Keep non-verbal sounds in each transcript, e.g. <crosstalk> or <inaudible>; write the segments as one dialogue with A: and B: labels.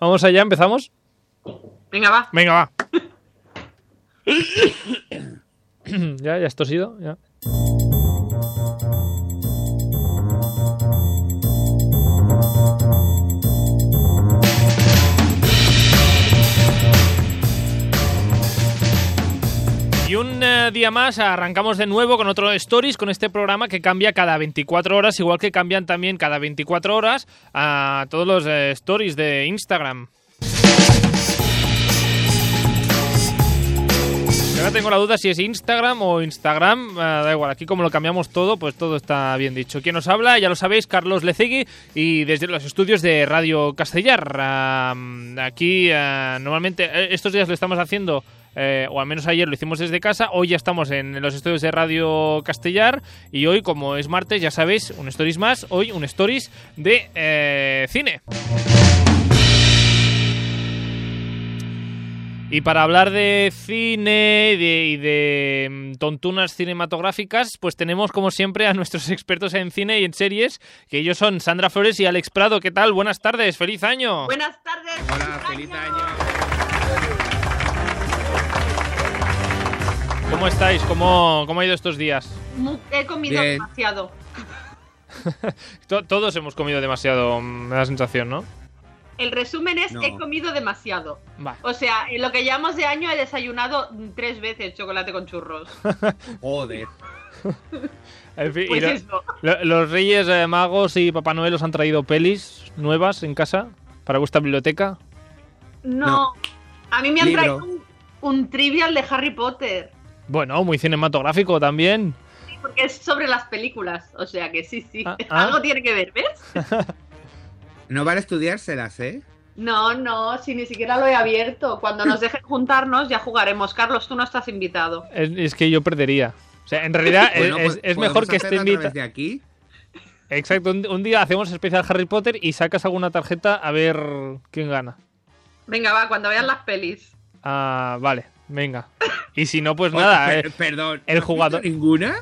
A: Vamos allá, empezamos.
B: Venga, va.
A: Venga, va. <coughs> ya, ya esto ha sido. Ya. Y un eh, día más arrancamos de nuevo con otro Stories, con este programa que cambia cada 24 horas, igual que cambian también cada 24 horas a todos los eh, Stories de Instagram. Yo Ahora tengo la duda si es Instagram o Instagram, ah, da igual, aquí como lo cambiamos todo, pues todo está bien dicho. Quien nos habla, ya lo sabéis, Carlos Lecegui y desde los estudios de Radio Castellar. Ah, aquí ah, normalmente eh, estos días lo estamos haciendo, eh, o al menos ayer lo hicimos desde casa, hoy ya estamos en los estudios de Radio Castellar y hoy como es martes, ya sabéis, un stories más, hoy un stories de eh, cine. Y para hablar de cine y de, y de, mm, tontunas cinematográficas, pues tenemos como siempre a nuestros <laughs> expertos en cine y en series, que ellos son Sandra Flores y Alex Prado. ¿Qué tal? Buenas tardes, feliz año.
B: Buenas tardes.
C: Hola, feliz año.
A: ¿Cómo estáis? ¿Cómo, cómo ha ido estos días?
B: Mu- He comido
C: Bien.
B: demasiado.
A: To- todos hemos comido demasiado, mm, me da la sensación, ¿no?
B: El resumen es
C: No.
B: he comido demasiado.
A: Va. <laughs>
B: O sea, en lo que llevamos de año he desayunado mm, tres veces chocolate con churros.
C: Joder.
A: En fin, y
B: Pues
A: lo-
B: eso.
A: lo- los Reyes eh, Magos y Papá Noel os han traído pelis nuevas en casa para vuestra biblioteca.
B: No.
C: No.
B: A mí me han
C: Libro.
B: traído un, un trivial de Harry Potter.
A: Bueno, muy cinematográfico también.
B: Porque es sobre las películas. O sea que sí, sí. <laughs>
A: Ah, ah.
B: Algo tiene que ver, ¿ves?
C: No vale estudiárselas, ¿eh?
B: No, no, si ni siquiera lo he abierto. Cuando nos dejen juntarnos ya jugaremos. Carlos, tú no estás invitado.
A: Es, es que yo perdería. O sea, en realidad es,
C: <laughs> Bueno,
A: es-
C: pues,
A: es
C: ¿podemos
A: mejor que esté
C: hacerla a través
A: invitado.
C: de aquí?
A: Exacto, un, un día hacemos especial Harry Potter y sacas alguna tarjeta a ver quién gana.
B: Venga, va, cuando vean las pelis.
A: Ah, vale, venga. Y si no,
C: <laughs>
A: pues
C: Oye,
A: nada.
C: per-
A: eh,
C: perdón.
A: el
C: ¿no has
A: jugador-
C: visto ¿Ninguna?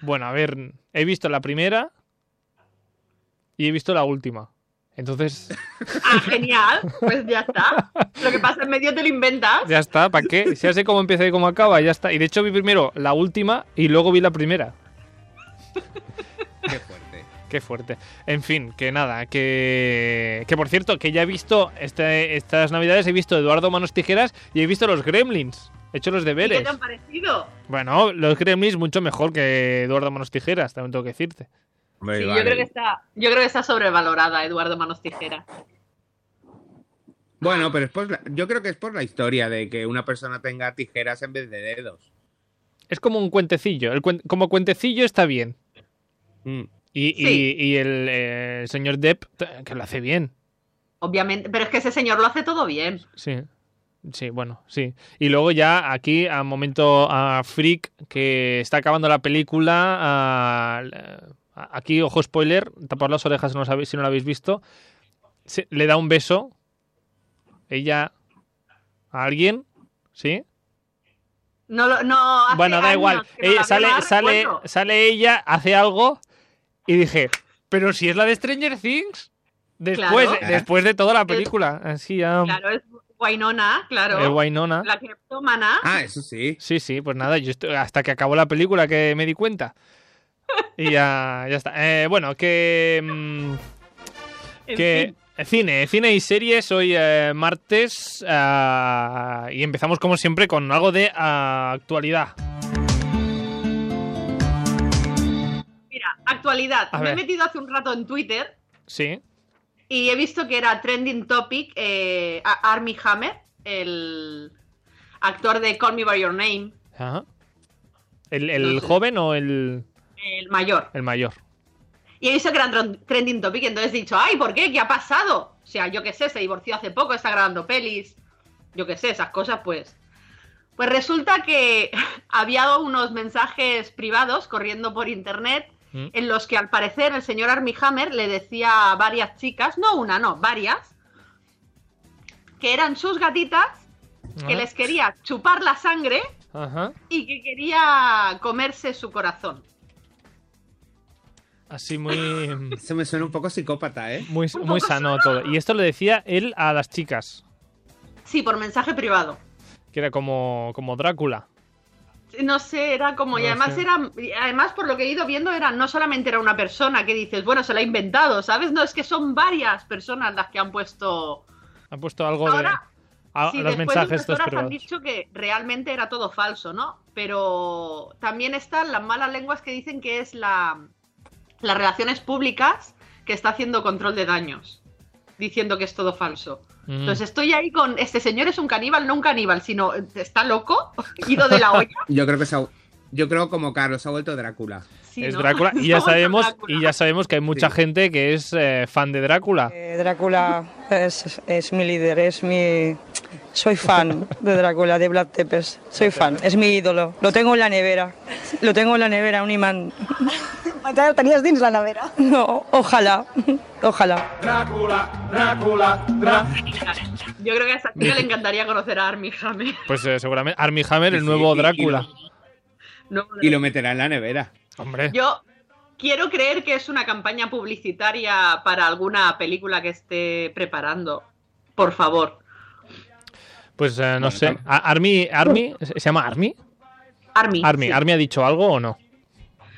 A: Bueno, a ver, he visto la primera y he visto la última. Entonces,
B: Ah, genial. Pues ya está. Lo que pasa en medio te lo inventas.
A: ya está, ¿para qué? Si ya sé cómo empieza y cómo acaba, ya está. Y de hecho vi primero la última y luego vi la primera.
C: Qué fuerte.
A: Qué fuerte. En fin, que nada, que, que por cierto, que ya he visto este- estas navidades, he visto Eduardo Manos Tijeras y he visto los Gremlins. He hecho los
B: ¿Y qué
A: deberes.
B: te han parecido?
A: Bueno, los Gremlins mucho mejor que Eduardo Manos Tijeras, también tengo que decirte.
C: Hombre,
B: Sí,
C: vale.
B: yo, creo que está, yo creo que está sobrevalorada Eduardo Manos Tijera.
C: Bueno, pero es por la- yo creo que es por la historia de que una persona tenga tijeras en vez de dedos.
A: Es como un cuentecillo. El cuen- como cuentecillo está bien.
C: Mm.
A: Y, y-
B: Sí.
A: y el, eh, el señor Depp, t- que lo hace bien.
B: Obviamente, pero es que ese señor lo hace todo bien.
A: Sí. Sí, bueno, sí. Y luego ya aquí, a momento a Freak, que está acabando la película. a- a- aquí, ojo, spoiler, tapad las orejas si no, lo habéis- si no lo habéis visto. Se- le da un beso. Ella. a alguien. ¿Sí?
B: No, lo- no hace
A: bueno, da
B: años
A: igual.
B: que no la
A: Ella-
B: veo,
A: sale,
B: la
A: sale,
B: recuerdo.
A: sale ella, hace algo. Y dije, pero si es la de Stranger Things. Después,
B: Claro.
A: después de toda la película. Así ya.
B: Claro, es Guainona, claro.
A: eh, Wynonna.
B: La cleptómana.
C: Ah, eso sí.
A: Sí, sí, pues nada, yo estoy- hasta que acabó la película que me
B: <laughs>
A: di cuenta. Y ya, ya está. Eh, bueno, que. mm,
B: en
A: que
B: fin.
A: cine, cine y series hoy eh, martes. ah, y empezamos como siempre con algo de ah, actualidad.
B: Mira, actualidad.
A: A
B: Me he
A: ver.
B: metido hace un rato en Twitter
A: Sí.
B: Y he visto que era trending topic eh, a- Armie Hammer, el actor de Call Me By Your Name,
A: Ajá. ¿El, el
B: No sé.
A: joven o el,
B: el mayor.
A: el mayor?
B: Y he visto que era tron- trending topic, entonces he dicho, ay, ¿por qué? ¿Qué ha pasado? O sea, yo qué sé, se divorció hace poco, está grabando pelis, yo qué sé, esas cosas, pues. Pues resulta que <laughs> había unos mensajes privados corriendo por internet
A: Mm.
B: en los que al parecer el señor Armie Hammer le decía a varias chicas, no una, no, varias, que eran sus gatitas que les quería chupar la sangre
A: Ajá.
B: y que quería comerse su corazón. <laughs>
A: Así muy, mm,
C: Eso me suena un poco psicópata, ¿eh?
A: muy,
B: Un
A: muy
B: poco
A: sano todo. Y esto lo decía él a las chicas,
B: Sí, por mensaje privado.
A: que era como, como Drácula.
B: No sé, era como. Y
A: No
B: además
A: sé.
B: era. y Además, por lo que he ido viendo, era no solamente era una persona que dices, bueno, se la ha inventado, ¿sabes? No, es que son varias personas las que han puesto.
A: Han puesto algo
B: Ahora,
A: de... a-
B: sí,
A: a Ah, los
B: después de
A: mensajes estos
B: impresoras han
A: privados.
B: dicho que realmente era todo falso, ¿no? Pero también están las malas lenguas que dicen que es la las relaciones públicas que está haciendo control de daños, diciendo que es todo falso.
A: Mm.
B: Entonces estoy ahí con este señor es un caníbal, no un caníbal, sino está loco, ido
C: <laughs>
B: de la olla.
C: Yo creo que se ha- yo creo como Carlos se ha vuelto Drácula.
B: Sí,
A: es
B: ¿no?
A: Drácula
B: <laughs>
A: y ya
B: Somos
A: sabemos
B: Drácula.
A: y ya sabemos que hay mucha
C: Sí.
A: gente que es eh, fan de Drácula.
D: Eh, Drácula es, es mi líder, es mi... Soy fan de Drácula, de Vlad Tepes. Soy fan, es mi ídolo. Lo tengo en la nevera. Lo tengo en la nevera, un imán.
E: Encara el tenies dins la nevera.
D: No, ojalá, ojalá.
B: Yo creo que a esa chica le encantaría conocer a Armie Hammer.
A: Pues eh, seguramente Armie Hammer, el
C: Sí,
A: nuevo
C: y- y-
A: Drácula.
B: <laughs> No,
C: Y lo meterá en la nevera.
A: Hombre,
B: Yo quiero creer que es una campaña publicitaria para alguna película que esté preparando. Por favor.
A: pues eh, no
C: Bueno,
A: sé.
C: tam-
A: A- Armie, Armie, ¿se llama Armie?
B: Army.
A: Armie, Armie ha dicho algo o no?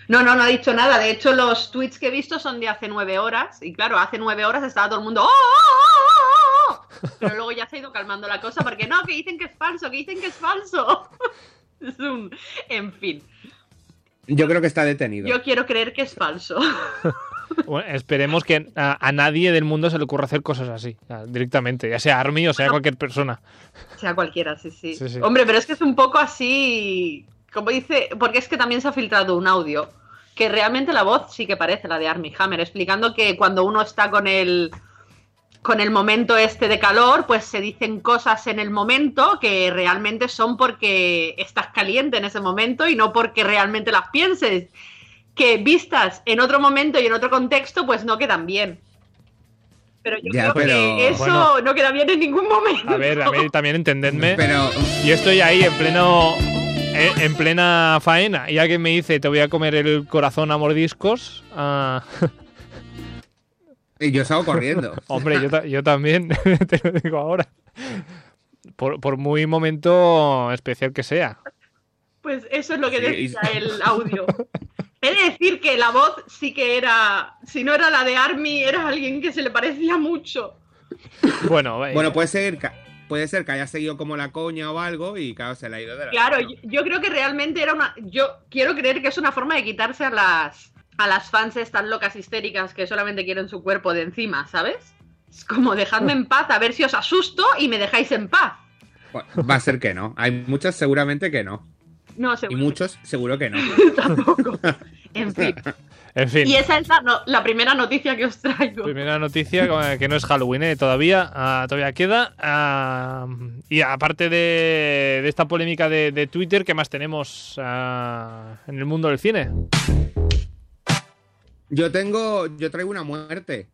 B: No, no, no ha dicho nada. De hecho, los tweets que he visto son de hace nueve horas. Y claro, hace nueve horas estaba todo el mundo. ¡Oh, oh, oh, oh, oh, oh! Pero luego ya se ha ido calmando la cosa porque no, que dicen que es falso, que dicen que es falso. <laughs> Es un. En fin.
C: Yo creo que está detenido.
B: Yo quiero creer que es falso.
A: Bueno, esperemos que a, a nadie del mundo se le ocurra hacer cosas así, ah, directamente, ya sea Armie o sea cualquier persona.
B: Sea cualquiera, sí, sí,
A: Sí, sí.
B: Hombre, pero es que es un poco así, como dice, porque es que también se ha filtrado un audio, que realmente la voz sí que parece la de Armie Hammer, explicando que cuando uno está con el con el momento este de calor, pues se dicen cosas en el momento que realmente son porque estás caliente en ese momento y no porque realmente las pienses. Que vistas en otro momento y en otro contexto, pues no quedan bien. Pero yo
C: Ya,
B: creo
C: pero-
B: que eso
A: Bueno.
B: no queda bien en ningún momento.
A: A ver, a ver, también entendedme.
C: Pero
A: Yo estoy ahí en pleno eh, en plena faena y alguien me dice te voy a comer el corazón a mordiscos. Ah,
C: y yo salgo corriendo.
A: <laughs> hombre, yo, ta- yo también <laughs> te lo digo ahora. Por, por muy momento especial que sea.
B: Pues eso es lo que
C: Sí, <laughs>
B: decía
C: y-
B: el audio. He de decir que la voz sí que era, si no era la de Army, era alguien que se le parecía mucho.
C: <laughs>
A: Bueno, eh,
C: Bueno, puede ser, ca- puede ser que haya seguido como la coña o algo y claro, se le ha ido de la
B: Claro, yo, yo creo que realmente era una, yo quiero creer que es una forma de quitarse a las, a las fans estas locas histéricas que solamente quieren su cuerpo de encima, ¿sabes? Es como dejadme en paz, a ver si os asusto y me dejáis en paz.
C: Pues, Va a ser que no. Hay muchos seguramente que no.
B: No,
C: Y
B: seguro
C: muchos seguro que no.
B: <laughs> tampoco. En
C: <laughs>
B: fin.
A: en fin.
B: Y esa es la, no- la primera noticia que os traigo. <laughs>
A: Primera noticia eh, que no es Halloween, eh, todavía, ah, todavía queda. Ah, y aparte de, de esta polémica de, de Twitter, ¿qué más tenemos ah, en el mundo del cine?
C: Yo tengo, yo traigo una muerte.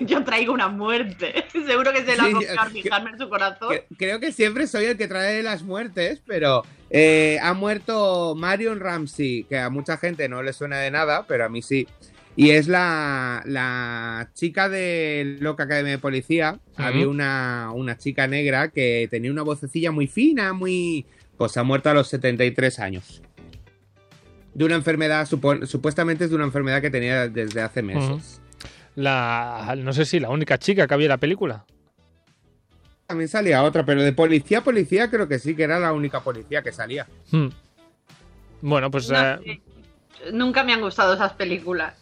B: Yo traigo una muerte. <laughs> Seguro que se la
C: Sí,
B: cogió a
C: que-
B: fijarme en su corazón.
C: Que- Creo que siempre soy el que trae las muertes, pero eh, ha muerto Marion Ramsey, que a mucha gente no le suena de nada, pero a mí sí. Y es la, la chica de Loca Academia de Policía.
A: Ujú.
C: Había una, una chica negra que tenía una vocecilla muy fina, muy... Pues ha muerto a los 73 años. De una enfermedad, supo- supuestamente es de una enfermedad que tenía desde hace meses.
A: La, no sé si la única chica que había en la película.
C: También salía otra, pero de policía a policía creo que sí, que era la única policía que salía.
A: Hmm. Bueno, pues.
B: No
A: eh,
B: sé. Nunca me han gustado esas películas.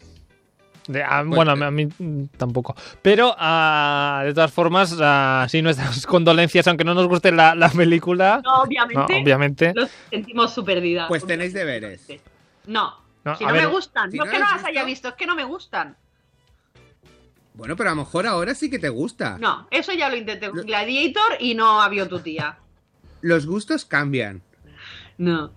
A: de- ah, bueno, a mí mm, tampoco. Pero, ah, de todas formas, ah, sí, nuestras <laughs> condolencias, aunque no nos guste la, la película.
B: No,
A: No,
B: obviamente.
A: obviamente.
B: Los sentimos su pérdida.
C: Pues tenéis deberes.
B: No.
A: No,
B: si
A: a
B: no
A: ver,
B: me gustan.
C: si
B: no
C: no
B: es que no
C: las
B: las haya
C: visto-
B: visto, es que no me gustan.
C: Bueno, pero a lo mejor ahora sí que te gusta.
B: No, eso ya lo intenté con Gladiator y no había tu tía.
C: Los gustos cambian.
B: No.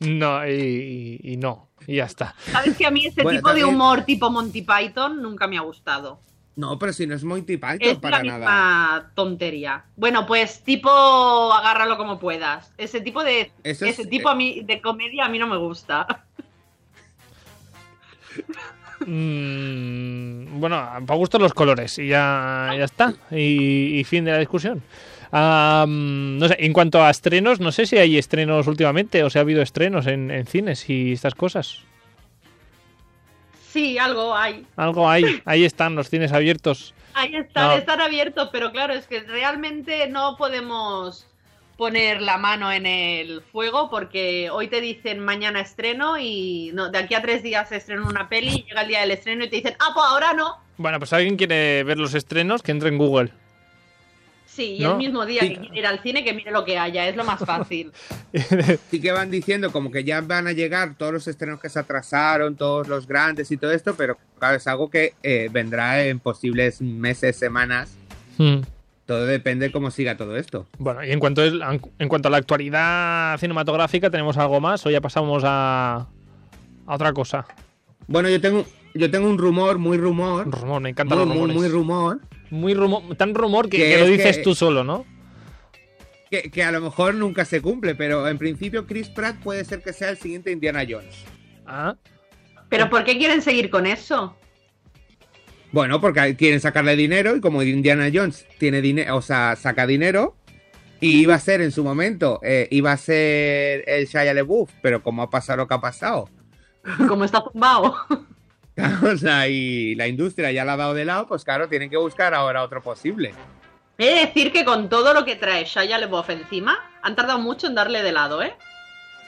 A: No, y- y- y no. Y ya está.
B: Sabes que a mí este
C: Bueno,
B: tipo de
C: también-
B: humor tipo Monty Python nunca me ha gustado.
C: <laughs> No, pero si no es Monty Python
B: Es la
C: para
B: misma
C: nada.
B: tontería. Bueno, pues tipo agárralo como puedas. Ese tipo de
C: Eso
B: ese
C: es-
B: tipo a mí, de comedia a mí no me gusta.
A: Mm, bueno, para gusto los colores y ya, ya está. Y, y fin de la discusión. Ah, mm, no sé, en cuanto a estrenos, no sé si hay estrenos últimamente o si ha habido estrenos en, en cines y estas cosas.
B: <laughs> Sí, algo hay.
A: Algo hay, ahí están los cines abiertos.
B: Ahí están,
A: No.
B: están abiertos, pero claro, es que realmente no podemos poner la mano en el fuego porque hoy te dicen mañana estreno y no, de aquí a tres días se estrena una peli, llega el día del estreno y te dicen, ah, pues ahora no.
A: Bueno, pues si alguien quiere ver los estrenos, que entre en Google.
B: Sí, y
A: ¿No?
B: el mismo día
A: Sí.
B: que quiere ir al cine que mire lo que haya, es lo
A: <laughs>
B: más fácil.
C: Sí que van diciendo como que ya van a llegar todos los estrenos que se atrasaron, todos los grandes y todo esto, pero claro, es algo que eh, vendrá en posibles meses, semanas.
A: Mm.
C: Todo depende cómo siga todo esto.
A: Bueno, y en cuanto, es- en cuanto a la actualidad cinematográfica, ¿tenemos algo más o ya pasamos a, a otra cosa?
C: Bueno, yo tengo, yo tengo un rumor, muy rumor.
A: Rumor, me encantan
C: Muy,
A: los
C: muy,
A: rumores.
C: muy rumor.
A: Muy rumor- tan rumor que,
C: Que
A: que lo
C: es
A: dices
C: que-
A: tú solo, ¿no?
C: Que, que a lo mejor nunca se cumple, pero en principio Chris Pratt puede ser que sea el siguiente Indiana Jones.
A: Ah,
B: Pero ¿por qué quieren seguir con eso?
C: Bueno, porque quieren sacarle dinero y como Indiana Jones tiene dinero, o sea, saca dinero y iba a ser en su momento, eh, iba a ser el Shia LeBouf, pero como ha pasado lo que ha pasado,
B: Como está zumbado.
C: <laughs> o sea, y la industria ya la ha dado de lado, pues claro, tienen que buscar ahora otro posible.
B: He de decir que con todo lo que trae Shia LeBoff encima, han tardado mucho en darle de lado, ¿eh?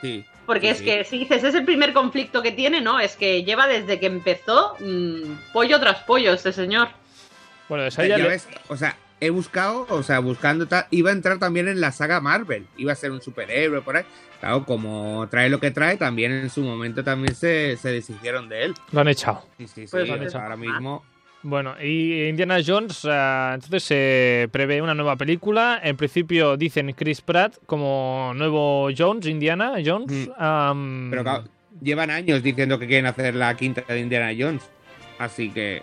C: Sí.
B: Porque
C: Sí,
B: es
C: sí.
B: que si dices, es el primer conflicto que tiene, no, es que lleva desde que empezó mm, pollo tras pollo este señor. <laughs>
A: bueno, esa
C: Ya
A: ya le-
C: ves, o sea, he buscado, o sea, buscando, tal, iba a entrar también en la saga Marvel, iba a ser un superhéroe por ahí. Claro, como trae lo que trae, también en su momento también se, se deshicieron de él.
A: lo han echado. Ah.
C: Sí, sí, sí,
B: Pues
A: lo han
C: o sea,
A: hecho.
C: ahora mismo.
A: Bueno, y Indiana Jones, ah, entonces se prevé una nueva película. En principio dicen Chris Pratt como nuevo Jones, Indiana Jones.
C: Mm.
A: Am,
C: Pero claro, llevan años diciendo que quieren hacer la quinta de Indiana Jones. Así que,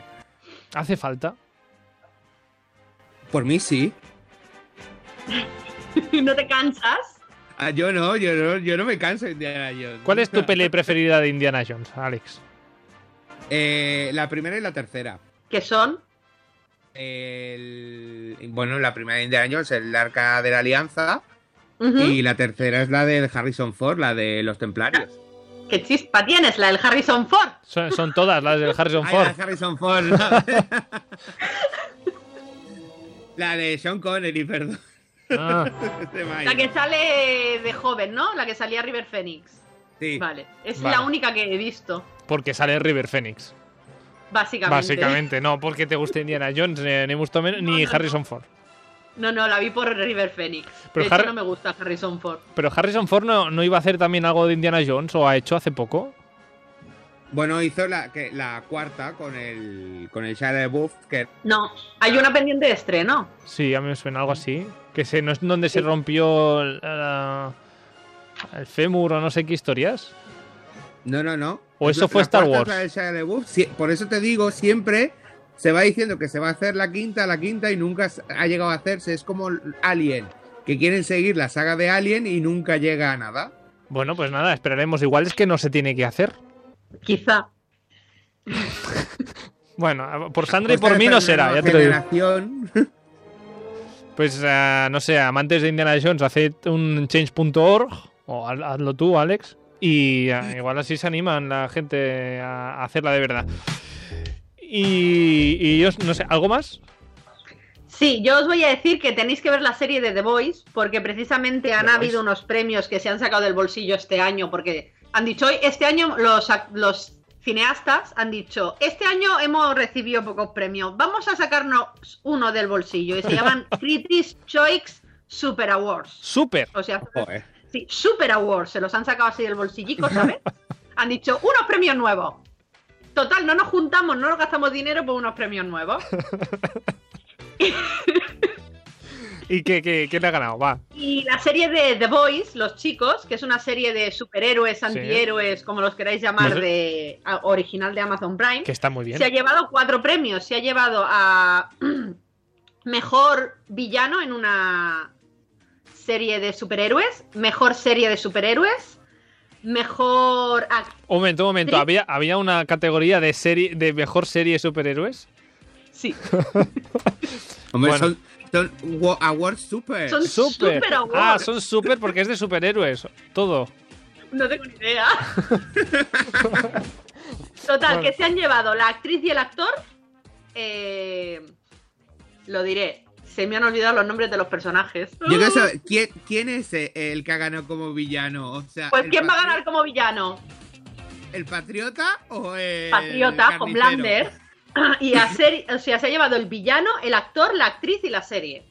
A: hace falta.
C: por mí sí.
B: ¿No te cansas?
C: Ah, yo no, yo no, yo no me canso de Indiana Jones.
A: ¿Cuál es tu peli preferida de Indiana Jones, Alex?
C: Eh, la primera y la tercera.
B: Que son.
C: El- bueno, la primera de Indiana Jones es el Arca de la Alianza.
B: Ujú.
C: Y la tercera es la del Harrison Ford, la de los Templarios.
B: ¿Qué chispa tienes? La del Harrison Ford.
A: Son, son todas las del Harrison
C: Ay,
A: Ford.
C: la de Harrison Ford. La de... <laughs> la de Sean Connery, perdón.
A: Ah.
C: <laughs> Este
B: La
C: mayo.
B: que sale de joven, ¿no? La que salía River Phoenix.
C: Sí.
B: Vale. Es
A: Vale.
B: la única que he visto,
A: Porque sale River Phoenix.
B: básicamente.
A: Básicamente, no porque te guste Indiana Jones, eh, ni mucho menos, ni Harrison Ford.
B: No, no, la vi por River Phoenix.
A: Pero
B: de hecho,
A: Har-
B: no me gusta Harrison Ford.
A: Pero Harrison Ford no, no iba a hacer también algo de Indiana Jones, o ha hecho hace poco.
C: Bueno, hizo la, que, la cuarta con el, con el Shia LaBeouf, que
B: No, hay una pendiente de estreno.
A: Sí, a mí me suena algo así. Que se, no es donde se rompió el, la- el fémur o no sé qué historias.
C: No, no, no.
A: ¿O eso fue
C: La
A: Star
C: cuarta
A: Wars?
C: es la de Shia LaBeouf. Sí, por eso te digo, siempre se va diciendo que se va a hacer la quinta, la quinta y nunca se- ha llegado a hacerse. Es como Alien, que quieren seguir la saga de Alien y nunca llega a nada.
A: Bueno, pues nada, esperaremos. Igual es que no se tiene que hacer.
B: Quizá.
A: Bueno, por Sandra y
C: Pues
A: por mí no
C: esta
A: será, ya
C: nueva
A: te lo digo.
C: generación.
A: Pues ah, no sé, amantes de Indiana Jones, haced un change.org o haz- hazlo tú, Alex. Y ah, igual así se animan la gente a a hacerla de verdad. Y, y yo no sé, ¿algo más?
B: Sí, yo os voy a decir que tenéis que ver la serie de The Voice, porque precisamente han
A: The
B: habido
A: Voice.
B: unos premios que se han sacado del bolsillo este año, porque han dicho hoy, este año los, ac- los cineastas han dicho, este año hemos recibido pocos premios, vamos a sacarnos uno del bolsillo, y se llaman Critics Choice Super Awards.
A: <laughs> Súper.
B: O sea,
C: Joder.
B: sí, Super Awards, se los han sacado así del bolsillico, ¿sabes? Han dicho, unos premios nuevos. Total, no nos juntamos, no nos gastamos dinero por unos premios nuevos.
A: ¿Y qué, qué- quién ha ganado? Va.
B: Y la serie de The Boys, Los Chicos, que es una serie de superhéroes, antihéroes, como los queráis llamar,
A: No sé.
B: de a- original de Amazon Prime,
A: Que está muy bien.
B: se ha llevado cuatro premios. Se ha llevado a <clears throat> mejor villano en una serie de superhéroes, mejor serie de superhéroes, mejor ac-
A: Un momento, un momento.
B: ¿Sí?
A: ¿Había, había una categoría de serie de mejor serie de superhéroes?
B: Sí,
C: <laughs> Hombre,
A: Bueno.
C: son, son wo- awards super.
B: Son-
A: Super.
B: Super Awards.
A: ah, son super porque es de superhéroes. Todo.
B: no tengo ni idea. Total,
A: Bueno.
B: que se han llevado la actriz y el actor. eh, lo diré. Se me han olvidado los nombres de los personajes.
C: Yo quiero saber, ¿quién, quién es eh, el que ha ganado como villano? O sea,
B: Pues
C: el
B: ¿quién va a
C: patri-
B: ganar como villano?
C: ¿El patriota o el.
B: Patriota,
C: carnicero?
B: Homelander. <clears throat> Y a ser- o sea, se ha llevado el villano, el actor, la actriz y la serie.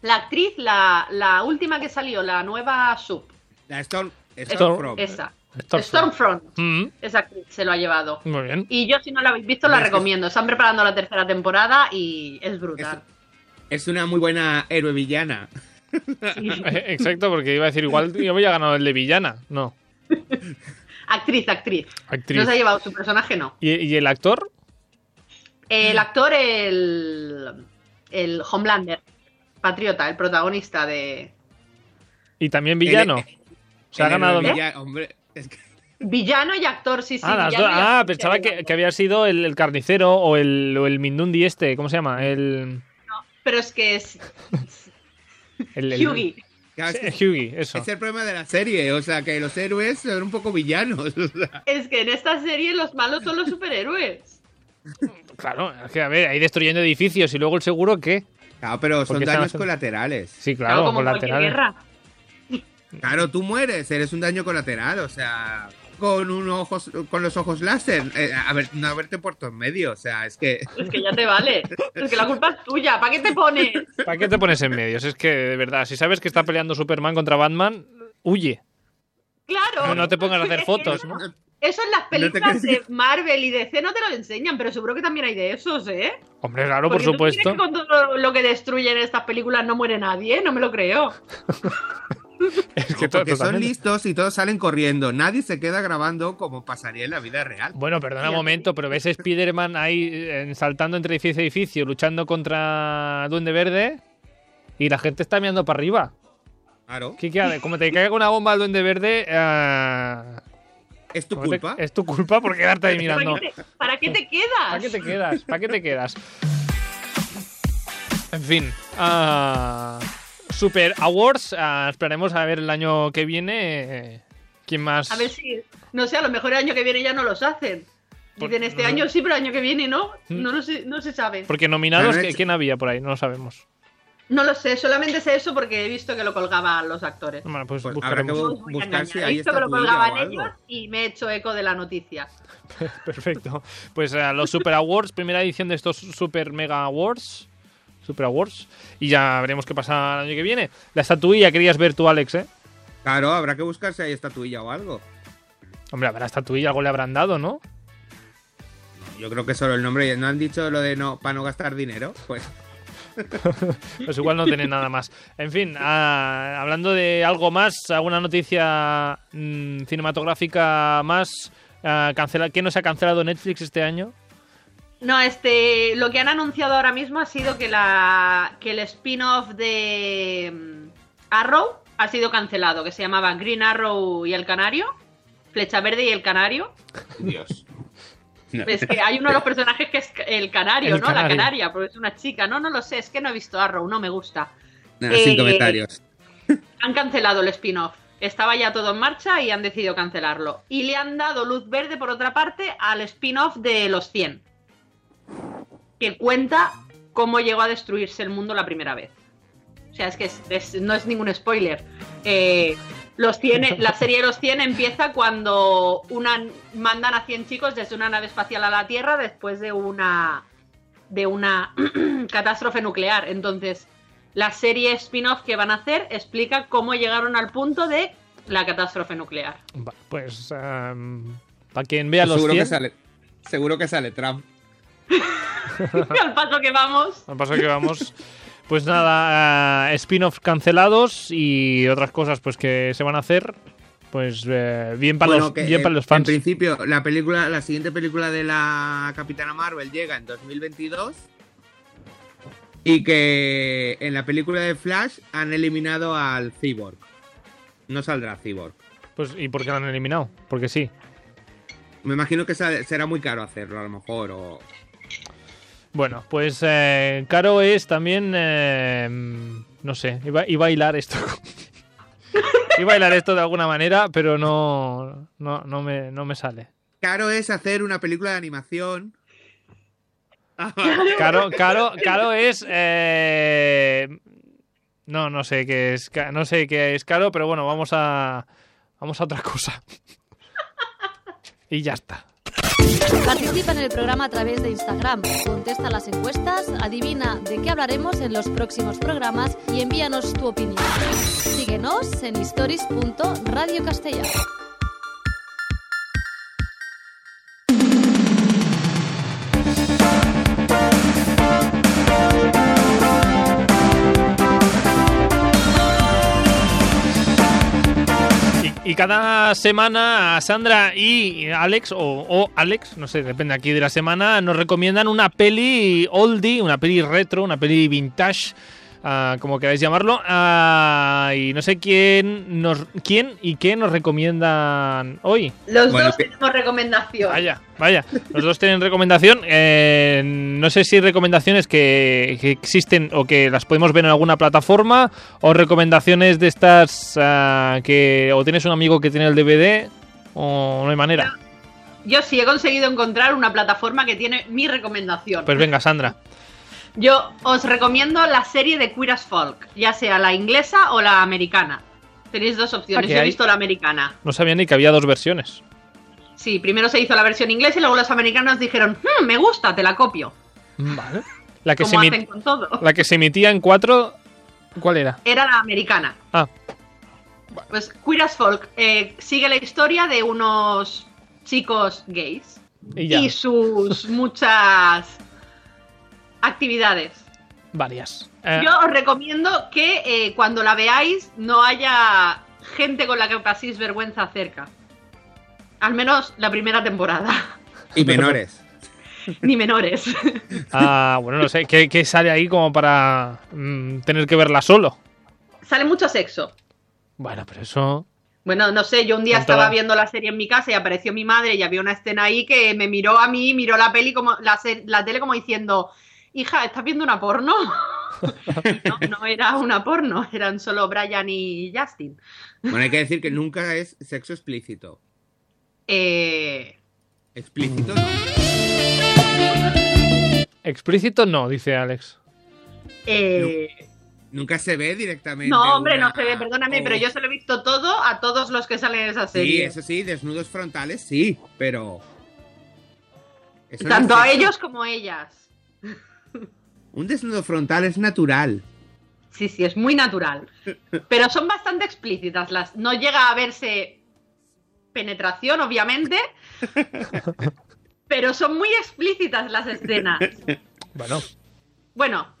B: La actriz, la, la última que salió, la nueva sub,
C: La Storm. Stormfront.
B: esa.
A: Stormfront.
B: Stormfront,
A: Mm,
B: esa actriz se lo ha llevado.
A: muy bien.
B: Y yo, si no la habéis visto, la
C: Es que-
B: recomiendo. Están preparando la tercera temporada y es
C: Es,
B: brutal.
C: es una muy buena héroe villana.
A: Eh, <laughs> Exacto, porque iba a decir igual yo había ganado el de villana. No,
B: Actriz, actriz.
A: actriz.
B: No se ha llevado su personaje, no.
A: ¿Y, y el actor? Mm.
B: El actor, el, el Homelander, patriota, el protagonista de...
A: Y también villano.
C: El-
A: se ha
C: El héroe
A: ganado.
C: villano, hombre, es que-
B: Villano y actor, ¿Eh? sí, sí.
A: ah, las
B: villano
A: dos-
B: y actor
A: ah,
B: se ha
A: pensaba que,
B: llevado.
A: que había sido el, el carnicero o el, o el Mindundi este. ¿Cómo se llama? El.
B: Pero es que es
A: el, el-
B: Hyugi.
C: claro, es que
A: Eh, Hyugi, eso.
C: es el problema de la serie. O sea, que los héroes son un poco villanos. <laughs> o sea.
B: Es que en esta serie los malos son los superhéroes.
A: Claro, es que a ver, ahí destruyendo edificios y luego el seguro qué.
C: Claro, pero son
A: Porque están
C: daños
A: haciendo-
C: colaterales.
A: Sí, claro,
B: como cualquier
A: colaterales.
B: guerra.
C: Claro, tú mueres, eres un daño colateral, o sea, con un ojos, con los ojos láser, eh, a ver, no haberte puesto en medio, o sea, es que
B: Es que ya te vale. Es que la culpa es tuya. ¿Para qué te pones?
A: ¿Para qué te pones en medio? Si Es que, de verdad, si sabes que está peleando Superman contra Batman, huye.
B: Claro.
A: No, no te pongas a hacer
B: Es que
A: fotos,
B: eso-
A: ¿no?
B: Eso en las
C: crees
B: películas
C: que-
B: de Marvel y DC no te lo enseñan, pero seguro que también hay de esos, ¿eh?
A: Hombre, claro, por
B: Porque tú crees
A: supuesto.
B: que con todo lo que destruyen estas películas no muere nadie, no me lo creo.
A: <laughs> Es que to-
C: porque son
A: totalmente.
C: listos y todos salen corriendo, nadie se queda grabando como pasaría en la vida real.
A: Bueno, perdona un
B: Fíjate.
A: momento, pero ves a Spider-Man ahí eh, saltando entre edificio y edificio, luchando contra Duende Verde y la gente está mirando para arriba.
C: Claro,
A: ¿Qué queda? Como te caiga una bomba al Duende Verde, ah,
C: es tu
A: como te-
C: culpa.
A: es tu culpa por quedarte ahí
B: ¿Para,
A: mirando.
B: qué te, para qué te quedas?
A: ¿Para qué te quedas? ¿Para qué te quedas? En fin. ah, Super Awards. ah, esperaremos a ver el año que viene. eh, ¿Quién más?
B: A ver si, no sé, a lo mejor el año que viene ya no los hacen.
A: Por-
B: Dicen este
A: no.
B: año sí, pero el año que viene no.
A: Mm.
B: No, lo sé- no se sabe.
A: Porque nominados,
C: Pero no
A: ¿qué-
C: es-
A: ¿quién había por ahí? No lo sabemos.
B: No lo sé, solamente sé eso porque he visto que lo colgaban los actores.
A: Bueno, pues,
C: Pues habrá que
A: buscaremos.
B: No os
C: bu-
B: voy a
C: buscar
B: engañar,
C: si
B: he
C: hay
B: visto que lo
C: estatuilla o
B: colgaban
C: algo.
B: ellos y me he hecho eco de la noticia.
A: <laughs> Perfecto. Pues ah, los Super Awards, primera edición de estos Super Mega Awards. Super Awards. Y ya veremos qué pasa el año que viene. La estatuilla querías ver tú, Alex, ¿eh?
C: Claro, habrá que buscar si hay estatuilla o algo.
A: Hombre, habrá estatuilla, algo le habrán dado, ¿no?
C: Yo creo que solo el nombre, ¿no han dicho lo de no, para no gastar dinero? Pues
A: Pues igual no tienen nada más. En fin, ah, hablando de algo más, alguna noticia mm, cinematográfica más. ah, cancela, ¿Qué no se ha cancelado Netflix este año?
B: No, este, lo que han anunciado ahora mismo ha sido que la que el spin-off de mm, Arrow ha sido cancelado, que se llamaba Green Arrow y el Canario, Flecha Verde y el Canario.
A: <laughs>
C: Dios. No.
B: Es que hay uno de los personajes que es el Canario,
A: El
B: ¿no? La
A: canario.
B: Canaria, porque es una chica. No, no lo sé, es que no he visto Arrow, no me gusta.
C: Nada, sin
B: Eh,
C: comentarios.
B: Han cancelado el spin-off. Estaba ya todo en marcha y han decidido cancelarlo. Y le han dado luz verde, por otra parte, al spin-off de Los 100. Que cuenta cómo llegó a destruirse el mundo la primera vez. O sea, es que es- es- no es ningún spoiler. Eh, los 100, la serie de Los 100 empieza cuando una, mandan a 100 chicos desde una nave espacial a la Tierra después de una, de una <clears throat> catástrofe nuclear. Entonces, la serie spin-off que van a hacer explica cómo llegaron al punto de la catástrofe nuclear.
A: Va, Pues. para quien vea los
C: Pues seguro
A: 100.
C: que sale. Seguro que sale Trump.
B: <laughs> al paso que vamos.
A: Al paso
C: <laughs>
A: que vamos. Pues nada, eh, spin-off cancelados y otras cosas pues que se van a hacer. Pues eh, bien para
C: Bueno,
A: los,
C: que,
A: bien
C: eh,
A: para los
C: En
A: fans.
C: principio, la película, la siguiente película de la Capitana Marvel llega en 2022 y que en la película de Flash han eliminado al Cyborg. No saldrá Cyborg.
A: Pues, ¿Y por qué la han eliminado? Porque sí.
C: Me imagino que sa- será muy caro hacerlo, a lo mejor. O...
A: Bueno, pues eh, Caro es también. eh, no sé, iba, iba a hilar esto. <laughs> iba a hilar esto de alguna manera, pero no, no, no, me, no me sale.
C: Caro es hacer una película de animación. Ah, <laughs>
A: Caro, caro, caro es. eh, no, no sé qué es. ca- No sé qué es caro, pero bueno, vamos a. Vamos a otra cosa. y ya está.
F: Participa en el programa a través de Instagram, contesta las encuestas, adivina de qué hablaremos en los próximos programas y envíanos tu opinión. Síguenos en stories.radio castellano.
A: Y, y cada semana Sandra y Alex, o, o Alex, no sé, depende aquí de la semana, nos recomiendan una peli oldie, una peli retro, una peli vintage, ah, como queráis llamarlo. ah, y no sé quién, nos, quién y qué nos recomiendan hoy.
B: Los
C: Bueno,
B: dos
C: que-
B: tenemos recomendación.
A: Vaya, vaya. Los dos tienen recomendación. Eh, no sé si recomendaciones que, que existen o que las podemos ver en alguna plataforma o recomendaciones de estas ah, que o tienes un amigo que tiene el DVD o no hay manera.
B: Yo sí he conseguido encontrar una plataforma que tiene mi recomendación.
A: Pues venga, Sandra.
B: Yo os recomiendo la serie de Queer as Folk, ya sea la inglesa o la americana. Tenéis dos
A: Ah,
B: opciones,
A: que
B: yo he
A: hay-
B: visto la americana.
A: No sabía ni que había dos versiones.
B: Sí, primero se hizo la versión inglesa y luego los americanos dijeron, "Hmm, me gusta, te la copio.
A: Vale. La que, se
B: Como
A: emi-
B: hacen con todo.
A: la que se emitía en cuatro. ¿Cuál era?
B: Era la americana.
A: Ah,
B: Pues Queer as Folk eh, sigue la historia de unos chicos gays
A: y ya.
B: y sus muchas actividades.
A: Varias. Eh,
B: Yo os recomiendo que eh, cuando la veáis no haya gente con la que paséis vergüenza cerca. Al menos la primera temporada. <laughs>
C: Y menores.
B: Ni menores. <laughs>
A: ah, bueno, no sé. ¿Qué, qué sale ahí como para mm, tener que verla solo?
B: Sale mucho sexo.
A: Bueno, pero eso.
B: Bueno, no sé, yo un día
A: Con
B: estaba
A: toda-
B: viendo la serie en mi casa y apareció mi madre y había una escena ahí que me miró a mí, miró la peli como la, se- la tele como diciendo, "Hija, ¿estás viendo una porno?" <laughs> Y no, no era una porno, eran solo Brian y Justin.
C: Bueno, hay que decir que nunca es sexo explícito.
B: Eh,
C: Explícito no.
A: Explícito no, dice Alex.
B: eh,
C: Nunca se ve directamente.
B: No, hombre,
C: una-
B: no se ve, perdóname,
C: o-
B: pero yo se lo he visto todo a todos los que salen en esa
C: Sí,
B: serie.
C: eso sí, desnudos frontales sí, pero. eso no
B: Tanto
C: es
B: a
C: sexo.
B: ellos como a ellas.
C: Un desnudo frontal es natural.
B: Sí, sí, es muy natural. Pero son bastante explícitas las. No llega a verse penetración,
C: <laughs>
B: obviamente. Pero son muy explícitas las escenas.
A: Bueno,
B: Bueno,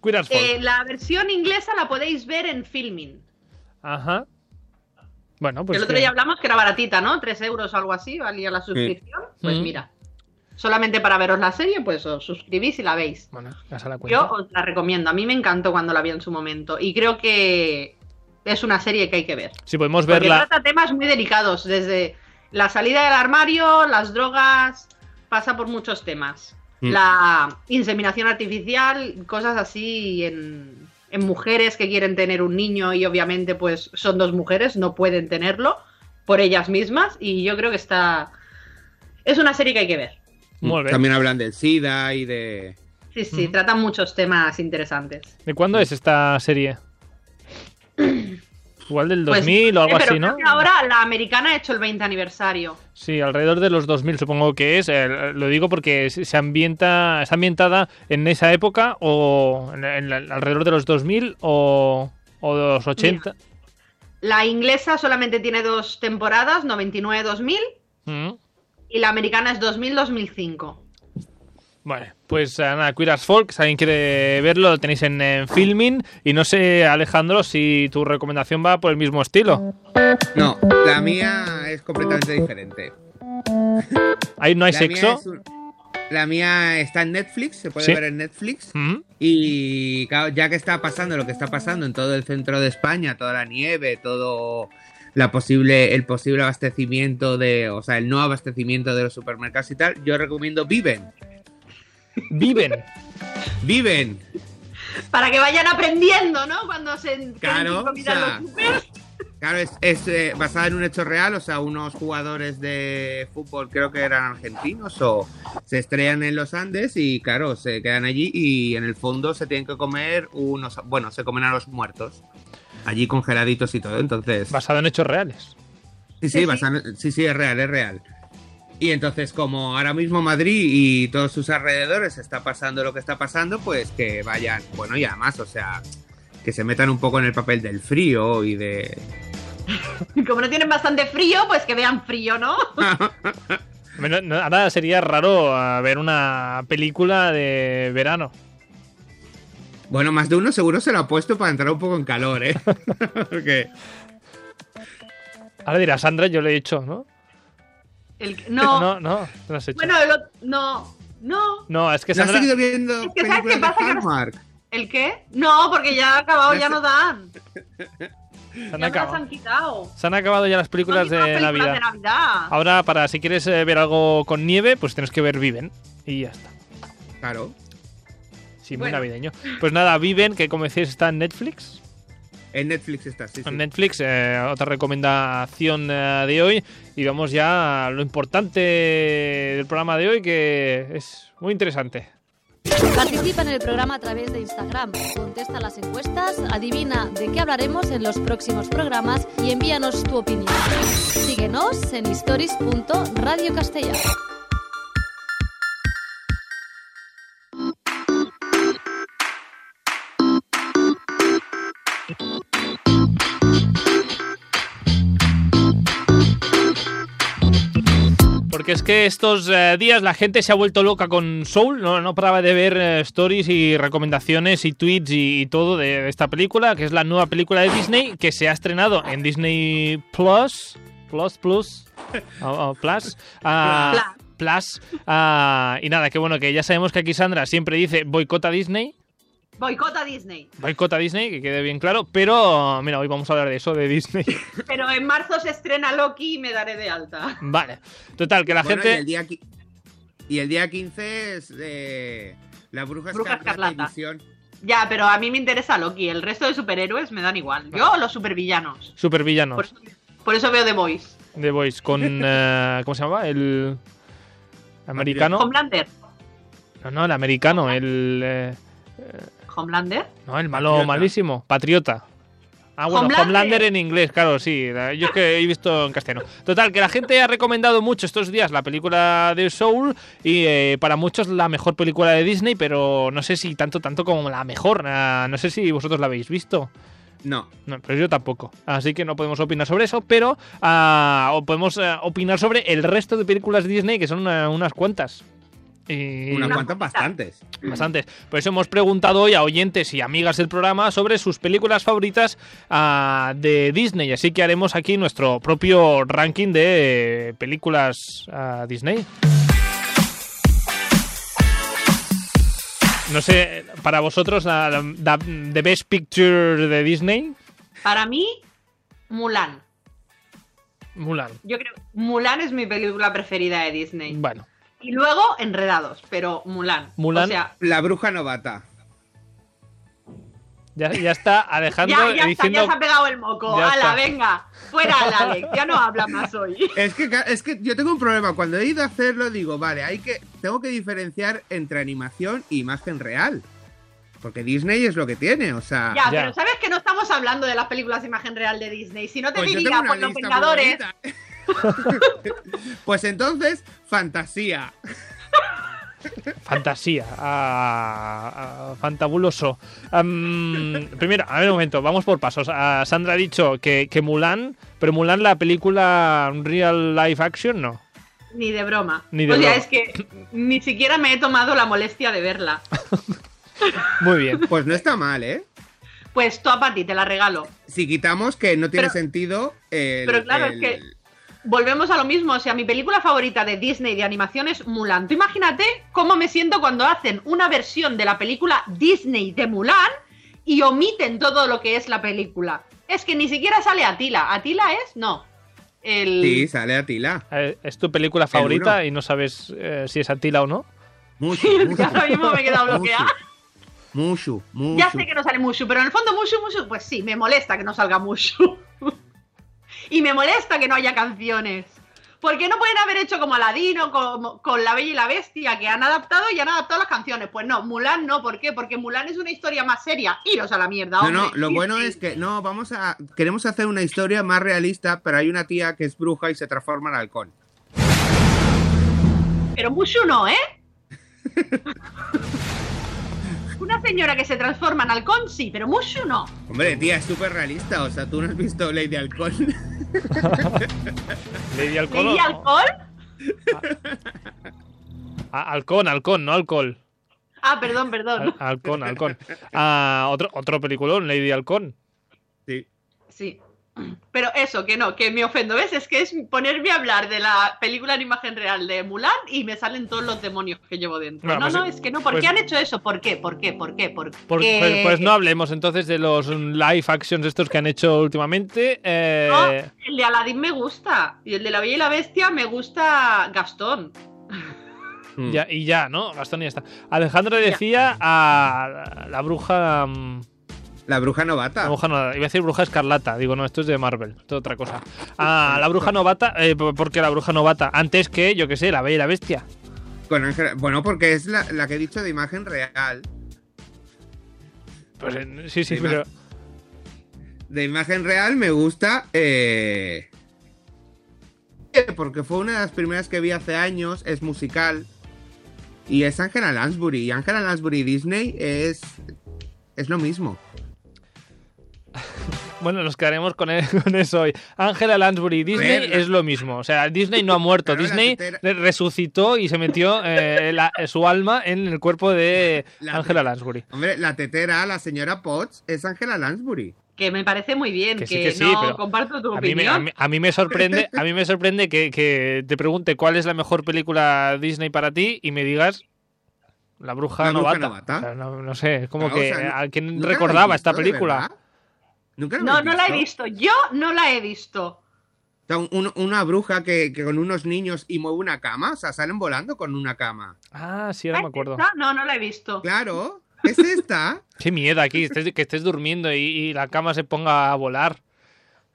A: Queer as Folk.
B: eh, la versión inglesa la podéis ver en Filming.
A: Ajá. Bueno, pues.
B: el otro
A: que-
B: día hablamos que era baratita, ¿no? Tres euros o algo así, valía la suscripción. Pues
A: Mm.
B: mira, solamente para veros la serie, pues os suscribís y la veis.
A: Bueno, ya se la cuenta.
B: Yo os la recomiendo. A mí me encantó cuando la vi en su momento. Y creo que es una serie que hay que ver.
A: Si podemos
B: Porque
A: verla.
B: trata temas muy delicados, desde la salida del armario, las drogas, pasa por muchos temas.
C: Mm.
B: La inseminación artificial, cosas así en, en mujeres que quieren tener un niño y obviamente pues son dos mujeres, no pueden tenerlo por ellas mismas y yo creo que está... Es una serie que hay que ver.
A: Muy bien.
C: También hablan del SIDA y de.
B: Sí, sí,
A: Ujú.
B: tratan muchos temas interesantes.
A: ¿De cuándo es esta
B: <clears throat>
A: serie? Igual del 2000 o
B: eh,
A: algo
B: pero
A: así,
B: creo
A: ¿no?
B: que ahora la americana ha hecho el 20 aniversario.
A: Sí, alrededor de los 2000 supongo que es. Eh, lo digo porque se se ambienta, está ambientada en esa época o en- en la- alrededor de los 2000 o, o de los 80.
B: La inglesa solamente tiene dos temporadas, 99-2000,
A: Mm.
B: y la americana es 2000-2005.
A: Vale, pues eh, nada, Queer as Folk, si alguien quiere verlo, lo tenéis en, eh, Filmin. Y no sé, Alejandro, si tu recomendación va por el mismo estilo.
C: No, la mía es completamente diferente.
A: Ahí no hay
C: la Mía
A: sexo.
C: es un- La mía está en Netflix, se puede
A: Sí.
C: ver en Netflix.
A: Mm.
C: Y claro, ya que está pasando lo que está pasando en todo el centro de España, toda la nieve, todo la posible, el posible abastecimiento de, o sea, el no abastecimiento de los supermercados y tal, yo recomiendo Viven.
A: Viven.
C: Viven.
B: Para que vayan aprendiendo, ¿no? Cuando se enteren
C: Claro,
B: cinco mirar
C: o sea,
B: los supers.
C: Claro, es, es, eh, basada en un hecho real, o sea, unos jugadores de fútbol creo que eran argentinos o se estrellan en los Andes y claro, se quedan allí y en el fondo se tienen que comer unos, bueno, se comen a los muertos, allí congeladitos y todo, entonces...
A: Basado en hechos reales.
C: Sí, sí, basada- sí, sí, es real, es real. Y entonces, como ahora mismo Madrid y todos sus alrededores está pasando lo que está pasando, pues que vayan, bueno, y además, o sea, que se metan un poco en el papel del frío y de...
B: Y como no tienen bastante frío, pues que vean frío,
C: <laughs>
B: ¿no?
A: Bueno, no- Ahora sería raro ah, ver una película de verano.
C: Bueno, más de uno seguro se lo ha puesto para entrar un poco en calor, ¿eh? <laughs> Porque...
A: Ahora dirá Sandra, yo le he dicho, ¿no?
B: El- no.
A: no, no, no lo has hecho.
B: Bueno, el- no. No.
A: no, es que
C: ¿No has
A: Sandra.
C: seguido viendo
B: Es que ¿sabes
C: películas
B: qué
C: de
B: pasa? Que no-
C: Hallmark?
B: ¿El qué? No, porque ya ha acabado, ya no dan.
A: se
B: Ya
A: han
B: no las
A: acabado.
B: han quitado.
A: Se han acabado ya las
B: No han
A: películas
B: quitado
A: de
B: las películas
A: Navidad.
B: de Navidad.
A: Ahora, para si quieres eh, ver algo con nieve, pues tienes que ver Viven. Y ya está.
C: Claro.
A: Sí, muy
B: Bueno.
A: navideño. Pues nada, Viven, que como decís está en Netflix.
C: En Netflix está, sí, sí.
A: En Netflix, eh, otra recomendación eh, de hoy. Y vamos ya a lo importante del programa de hoy, que es muy interesante.
F: Participa en el programa a través de Instagram, contesta las encuestas, adivina de qué hablaremos en los próximos programas y envíanos tu opinión. Síguenos en stories.radiocastellano.
A: Porque es que estos eh, días la gente se ha vuelto loca con Soul, no, no paraba de ver eh, stories y recomendaciones y tweets y, y todo de esta película, que es la nueva película de Disney que se ha estrenado en Disney Plus, Plus, Plus, o- o Plus, ah, Plus, ah, y nada, que bueno, que ya sabemos que aquí Sandra siempre dice boicota Disney,
B: Boicota Disney.
A: boicota Disney, que quede bien claro, pero mira, hoy vamos a hablar de eso, de Disney. <laughs>
B: Pero en marzo se estrena Loki y me daré de alta.
A: vale, total, que la
C: Bueno,
A: gente...
C: Y el día, qui- y el día 15 es eh, La Bruja,
B: Bruja Escarlata.
C: Edición.
B: Ya, pero a mí me interesa Loki. El resto de superhéroes me dan igual. Yo, los supervillanos.
A: Supervillanos.
B: Por eso, por eso veo The Voice.
A: The Voice con. eh, ¿Cómo se llamaba? El. Americano.
B: Homelander.
A: No, no, el americano. El. eh,
B: Homelander.
A: no, el malo,
C: Patriota.
A: malísimo. Patriota. Ah, bueno,
B: Homelander.
A: Homelander. en inglés, claro, sí. La- Yo es que he visto en castellano. Total, que la gente ha recomendado mucho estos días la película de Soul y eh, para muchos la mejor película de Disney, pero no sé si tanto, tanto como la mejor. Ah, no sé si vosotros la habéis visto.
C: No,
A: No, pero yo tampoco. Así que no podemos opinar sobre eso, pero ah, o podemos ah, opinar sobre el resto de películas Disney, que son una- unas cuantas. Y
C: unas
B: Una
C: cuantas
B: poquita.
C: bastantes.
A: bastantes. Por eso hemos preguntado hoy a oyentes y amigas del programa sobre sus películas favoritas ah, de Disney. Así que haremos aquí nuestro propio ranking de eh, películas ah, Disney. No sé, para vosotros, la, la- the best picture de Disney,
B: Para mí, Mulan.
A: Mulan.
B: Yo creo Mulan es mi película preferida de Disney.
A: Bueno,
B: Y luego Enredados, pero Mulan.
A: Mulan.
B: O sea,
C: La Bruja Novata.
A: ya, ya está Alejandro
B: ya, ya está,
A: diciendo.
B: ya se ha pegado el moco.
A: Ya
B: Ala,
A: está.
B: venga.
A: <laughs>
B: Fuera al Alex, ya no habla más hoy.
C: <laughs> Es que, ca- es que yo tengo un problema. Cuando he ido a hacerlo, digo, vale, hay que, tengo que diferenciar entre animación e imagen real. Porque Disney es lo que tiene, o sea.
B: Ya,
A: Ya.
B: pero sabes que no estamos hablando de las películas de imagen real de Disney. Si no te
C: Pues yo
B: diría
C: tengo una
B: por los
C: lista
B: Vengadores,
C: muy bonita. pues entonces, fantasía.
A: Fantasía. ah, ah, fantabuloso. Am, primero, a ver un momento, vamos por pasos. Ah, Sandra ha dicho que, que Mulan, pero Mulan la película real life action no.
B: ni de broma.
A: Ni de
B: o sea,
A: broma.
B: es que ni siquiera me he tomado la molestia de verla.
A: Muy bien.
C: Pues no está mal, ¿eh?
B: Pues tú a ti, te la regalo.
C: Si quitamos que no tiene
B: Pero-
C: sentido. el-
B: pero claro, es
C: el-
B: que- Volvemos a lo mismo, o sea, mi película favorita de Disney de animación es Mulan. Tú imagínate cómo me siento cuando hacen una versión de la película Disney de Mulan y omiten todo lo que es la película. Es que ni siquiera sale Atila. ¿Atila es? No. El...
C: Sí, sale Atila.
A: Eh, ¿Es tu película favorita y no sabes eh, si es Atila o no?
C: Mushu,
B: <laughs> ya <laughs> ahora mismo me he quedado bloqueada.
C: Mushu, Mushu.
B: Ya sé que no sale Mushu, pero en el fondo Mushu, Mushu, pues sí, me molesta que no salga Mushu. <laughs> y me molesta que no haya canciones. Porque no pueden haber hecho como Aladino, como, con La Bella y la Bestia, que han adaptado y han adaptado las canciones. Pues no, Mulan no, ¿por qué? Porque Mulan es una historia más seria. Iros a la mierda,
C: No,
B: hombre.
C: no, lo bueno es que no, vamos a. Queremos hacer una historia más realista, pero hay una tía que es bruja y se transforma en halcón.
B: Pero Mushu no, ¿eh? una señora que se transforma en halcón, sí, pero Mushu no.
C: Hombre, tía, es súper realista. O sea, tú no has visto Lady Halcón.
A: <laughs> Lady Halcón.
B: ¿Leí
A: o-
B: alcohol?
A: Ah, halcón, halcón, no alcohol.
B: Ah, perdón, perdón.
A: Al- halcón, halcón. Ah, otro, otro peliculón, Lady Halcón.
C: sí.
B: Sí. Pero eso, que no, que me ofendo, ¿ves? Es que es ponerme a hablar de la película en imagen real de Mulan y me salen todos los demonios que llevo dentro.
A: Bueno,
B: no,
A: pues,
B: no, es que no. ¿Por
A: pues-
B: qué han hecho eso? ¿Por qué? ¿Por qué? ¿Por qué? ¿Por qué?
A: Por- pues, pues no hablemos entonces de los live actions estos que han hecho últimamente.
B: No,
A: Eh,
B: el de Aladdin me gusta. Y el de La Bella y la Bestia me gusta Gastón.
A: Ya- y ya, ¿no? Gastón y ya está. Alejandro decía a la bruja. mm,
C: La bruja
A: La
C: novata.
A: bruja no- iba a decir bruja escarlata. Digo, no, esto es de Marvel, esto es otra cosa. Ah, la bruja novata. Eh, ¿por por qué la bruja novata? Antes que, yo qué sé, la bella y la bestia.
C: Con Ángela- Bueno, porque es la, la que he dicho de imagen real.
A: Pues, eh, sí, sí,
C: Sí,
A: pero.
C: De imagen real me gusta. eh, eh, Porque fue una de las primeras que vi hace años. Es musical. Y es Angela Lansbury. Y Angela Lansbury y Disney es. Es lo mismo.
A: Bueno, nos quedaremos con, e- <laughs> con eso hoy. Ángela Lansbury y Disney
C: Verla.
A: es lo mismo. O sea, Disney no ha muerto.
C: Claro, la
A: Disney
C: tetera.
A: re- resucitó y se metió eh, la- su alma en el cuerpo de
C: La
A: Ángela
C: tetera.
A: Lansbury.
C: Hombre, la tetera, la señora Potts, es Angela Lansbury.
B: Que me parece muy bien,
A: Que
B: que,
A: sí, que sí,
B: no
A: pero
B: comparto tu
A: A mí,
B: opinión.
A: me, a mí- a mí me sorprende, a mí me sorprende que, que te pregunte cuál es la mejor película Disney para ti y me digas La bruja
C: La bruja
A: novata.
C: novata.
A: O sea, no, no sé, es como
C: Claro, o
A: que
C: sea,
A: a quién
C: ¿Nunca la
A: recordaba
C: habéis
A: esta
C: visto, de
A: película.
C: verdad? ¿Nunca la
B: No,
C: habéis
B: no la he
C: visto?
B: visto. Yo no la he visto.
C: O sea, un- una bruja que, que con unos niños y mueve una cama, o sea, salen volando con una cama.
A: Ah, sí, ahora
B: <laughs>
A: me acuerdo.
B: ¿Esta? No, no la he visto.
C: Claro, es esta.
A: Qué miedo aquí, estés- que estés durmiendo y, y la cama se ponga a volar.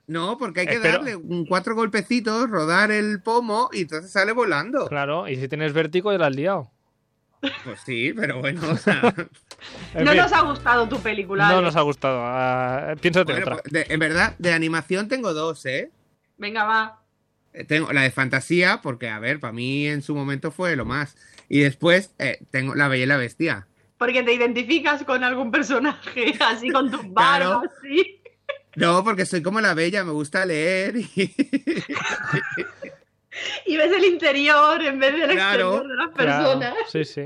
C: No, porque hay que
A: Espero-
C: darle un- cuatro golpecitos, rodar el pomo y entonces sale volando.
A: Claro, y si tienes vértigo ya la has liado.
C: Pues sí, pero bueno, o sea, bueno,
A: <laughs> En
B: No
A: fin,
B: nos ha gustado tu película.
A: no
B: Ale.
A: nos ha gustado. Ah, piénsate otra.
C: pues, de- en verdad, de animación tengo dos, ¿eh?
B: Venga, va.
C: Eh, Tengo la de fantasía, porque a ver, para mí en su momento fue lo más. Y después eh, tengo la bella y la bestia.
B: Porque te identificas con algún personaje, <laughs> así con tus barbas,
C: Claro.
B: así.
C: No, porque soy como la bella, me gusta leer y...
B: Y ves el interior en vez del
C: Claro.
B: exterior de <laughs> las
A: Claro,
B: personas.
A: sí, sí.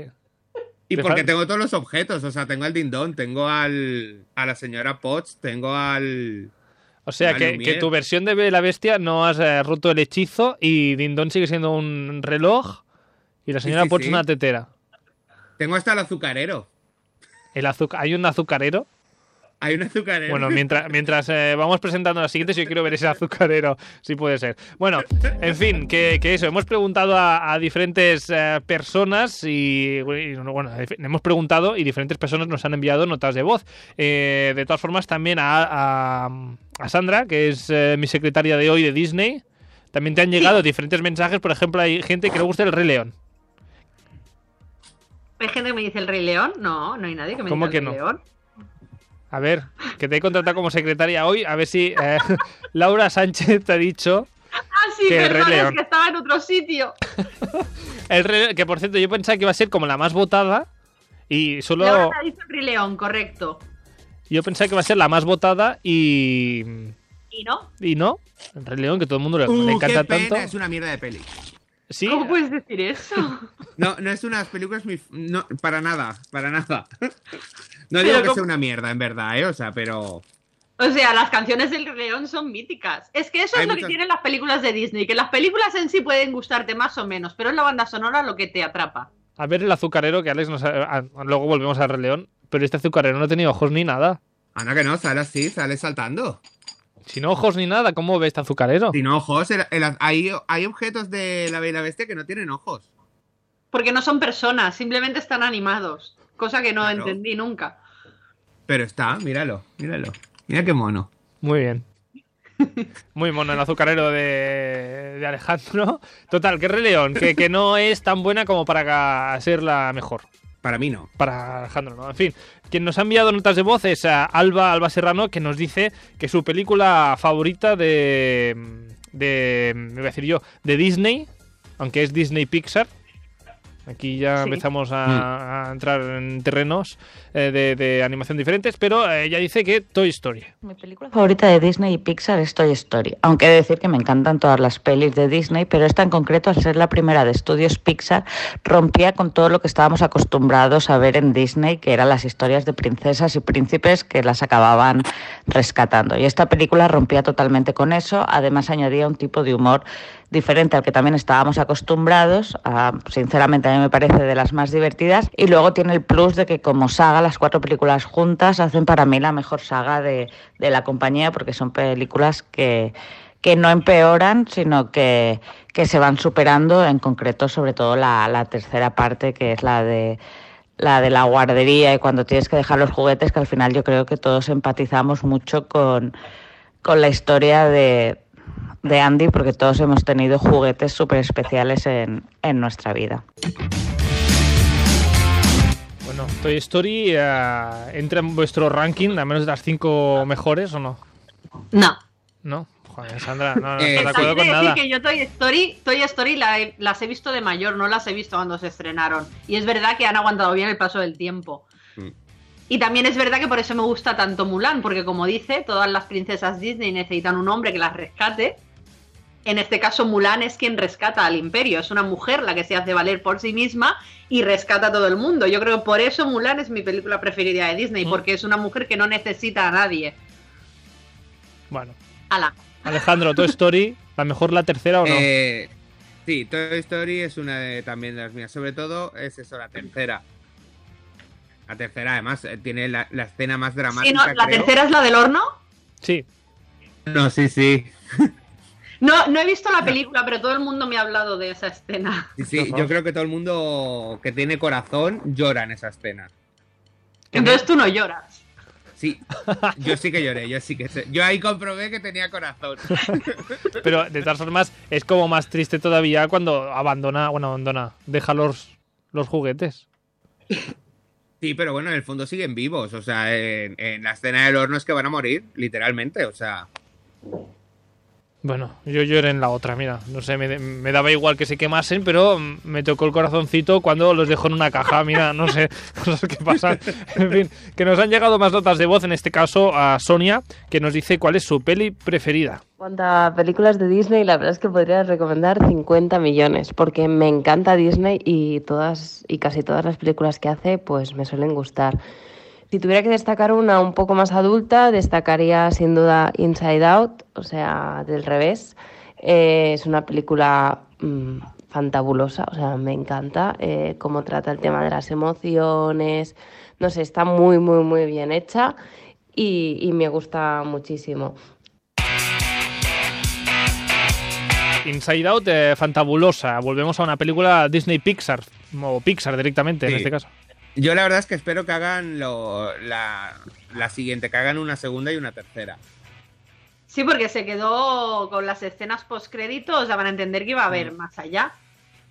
C: Y
A: Te
C: porque
A: fal-
C: tengo todos los objetos, o sea, tengo al dindón, tengo al, a la señora Potts, tengo al...
A: O sea,
C: Vale,
A: que,
C: Lumière.
A: que tu versión de Bella y la Bestia no has eh, roto el hechizo y Dindon sigue siendo un reloj y la señora
C: sí,
A: Potts
C: sí.
A: una tetera.
C: Tengo hasta el azucarero.
A: El azuc- ¿Hay un azucarero?
C: Hay un azucarero. <laughs>
A: Bueno, mientras, mientras eh, vamos presentando las siguientes, yo quiero ver ese azucarero, si puede ser. Bueno, en fin, que, que eso, hemos preguntado a, a diferentes eh, personas y, y, bueno, dif- hemos preguntado y diferentes personas nos han enviado notas de voz. Eh, de todas formas, también a, a- a Sandra, que es eh, mi secretaria de hoy de Disney, también te han llegado diferentes mensajes. Por ejemplo, hay gente que le gusta el Rey León.
B: Hay gente que me dice el Rey León. No, no hay nadie que me
A: ¿Cómo
B: diga el
A: que
B: Rey
A: no?
B: León.
A: A ver, que te he contratado como secretaria hoy, a ver si eh, <laughs> Laura Sánchez te ha dicho...
B: Ah, sí,
A: Que el Rey
B: perdón, es
A: León.
B: que estaba en otro sitio.
A: El re- que por cierto, yo pensaba que iba a ser como la más votada. Y
B: Y ahora
A: solo.
B: me ha dicho el Rey León, correcto.
A: Yo pensaba que iba a ser la más votada y.
B: ¿Y no?
A: Y no. El Rey León, que todo el mundo le,
C: Uh,
A: le encanta
C: qué pena,
A: tanto.
C: es una mierda de peli.
A: Sí.
B: ¿Cómo puedes decir eso?
C: <laughs> No, no es una de las películas... mi- No, para nada, para nada. <laughs> No
B: Pero
C: digo que
B: como-
C: sea una mierda, en verdad, ¿eh? O sea, pero...
B: O sea, las canciones del Rey León son míticas. Es que eso
C: Hay
B: es lo
C: muchas-
B: que tienen las películas de Disney, que las películas en sí pueden gustarte más o menos, pero es la banda sonora lo que te atrapa.
A: A ver el azucarero que Alex nos. ha- ah, luego volvemos al Rey León. Pero este azucarero no tenía ojos ni nada.
C: Ah, no, que no, sale así, sale saltando.
A: Sin ojos ni nada, ¿cómo ves este azucarero?
C: Sin ojos. el- el- hay, hay objetos de la Bella y la Bestia que no tienen ojos.
B: Porque no son personas, simplemente están animados. Cosa que no
C: Claro.
B: entendí nunca.
C: Pero está, míralo, míralo. Mira qué mono.
A: Muy bien. Muy mono el azucarero de, de Alejandro. Total, que Rey León, que, que no es tan buena como para ca- ser la mejor.
C: Para mí no.
A: Para Alejandro, ¿no? En fin, quien nos ha enviado notas de voz es a Alba Alba Serrano, que nos dice que su película favorita de. de. me voy a decir yo, de Disney, aunque es Disney Pixar. Aquí ya
B: Sí.
A: empezamos
C: Mm.
A: a, a entrar en terrenos eh, de, de animación diferentes, pero eh, ella dice que Toy Story.
G: Mi película favorita de Disney y Pixar es Toy Story, aunque he de decir que me encantan todas las pelis de Disney, pero esta en concreto, al ser la primera de estudios Pixar, rompía con todo lo que estábamos acostumbrados a ver en Disney, que eran las historias de princesas y príncipes que las acababan rescatando. Y esta película rompía totalmente con eso, además añadía un tipo de humor diferente al que también estábamos acostumbrados. a- sinceramente, a mí me parece de las más divertidas. Y luego tiene el plus de que, como saga, las cuatro películas juntas hacen para mí la mejor saga de, de la compañía, porque son películas que, que no empeoran, sino que, que se van superando, en concreto, sobre todo la, la tercera parte, que es la de la de la guardería y cuando tienes que dejar los juguetes, que al final yo creo que todos empatizamos mucho con, con la historia de, de Andy, porque todos hemos tenido juguetes súper especiales en, en nuestra vida.
A: Bueno, Toy Story eh, entra en vuestro ranking, a menos de las cinco mejores, ¿o no?
B: No.
A: No, Joder, Sandra, no, no
C: Eh,
A: estás de acuerdo con
B: decir
A: nada.
B: que yo Toy Story, Toy Story la he- las he visto de mayor, no las he visto cuando se estrenaron. Y es verdad que han aguantado bien el paso del tiempo.
C: Mm.
B: Y también es verdad que por eso me gusta tanto Mulan, porque como dice, todas las princesas Disney necesitan un hombre que las rescate. En este caso, Mulan es quien rescata al imperio. Es una mujer la que se hace valer por sí misma y rescata a todo el mundo. Yo creo que por eso Mulan es mi película preferida de Disney,
A: Mm.
B: porque es una mujer que no necesita a nadie.
A: Bueno,
B: Ala.
A: Alejandro, Toy Story, ¿la mejor la tercera o no?
C: Eh, sí, Toy Story es una de, también de las mías. Sobre todo es eso, la tercera. La tercera, además, eh, tiene la, la escena más dramática.
B: Sí, no, la
C: creo.
B: tercera es la del horno.
A: sí,
C: No, sí, sí.
B: No, no he visto la película, pero todo el mundo me ha hablado de esa escena. <laughs>
C: Sí, sí,
A: Ajá.
C: yo creo que todo el mundo que tiene corazón llora en esa escena.
B: Entonces tú no lloras.
C: Sí, yo sí que lloré, yo sí que sé. Yo ahí comprobé que tenía corazón.
A: pero de todas formas es como más triste todavía cuando abandona, bueno, abandona, deja los, los juguetes.
C: Sí, pero bueno, en el fondo siguen vivos. O sea, en, en la escena del horno es que van a morir, literalmente. O sea,
A: Bueno, yo lloré en la otra, mira, no sé, me, me daba igual que se quemasen, pero mm, me tocó el corazoncito cuando los dejó en una caja, mira, no sé, <laughs> cosas que pasan. En fin, que nos han llegado más notas de voz, en este caso a Sonia, que nos dice cuál es su peli preferida.
H: cuanto a películas de Disney, la verdad es que podría recomendar 50 millones, porque me encanta Disney y todas y casi todas las películas que hace pues me suelen gustar. Si tuviera que destacar una un poco más adulta, destacaría sin duda Inside Out, o sea, del revés. Eh, es una película mm, fantabulosa, o sea, me encanta eh, cómo trata el tema de las emociones. No sé, está muy, muy, muy bien hecha y- y me gusta muchísimo.
A: Inside Out, eh, fantabulosa. Volvemos a una película Disney Pixar, o Pixar directamente en
C: Sí.
A: este caso.
C: yo la verdad es que espero que hagan lo- la, la siguiente, que hagan una segunda y una tercera.
B: Sí, porque se quedó con las escenas postcréditos, ya van a entender que iba a
A: Mm.
B: haber más allá.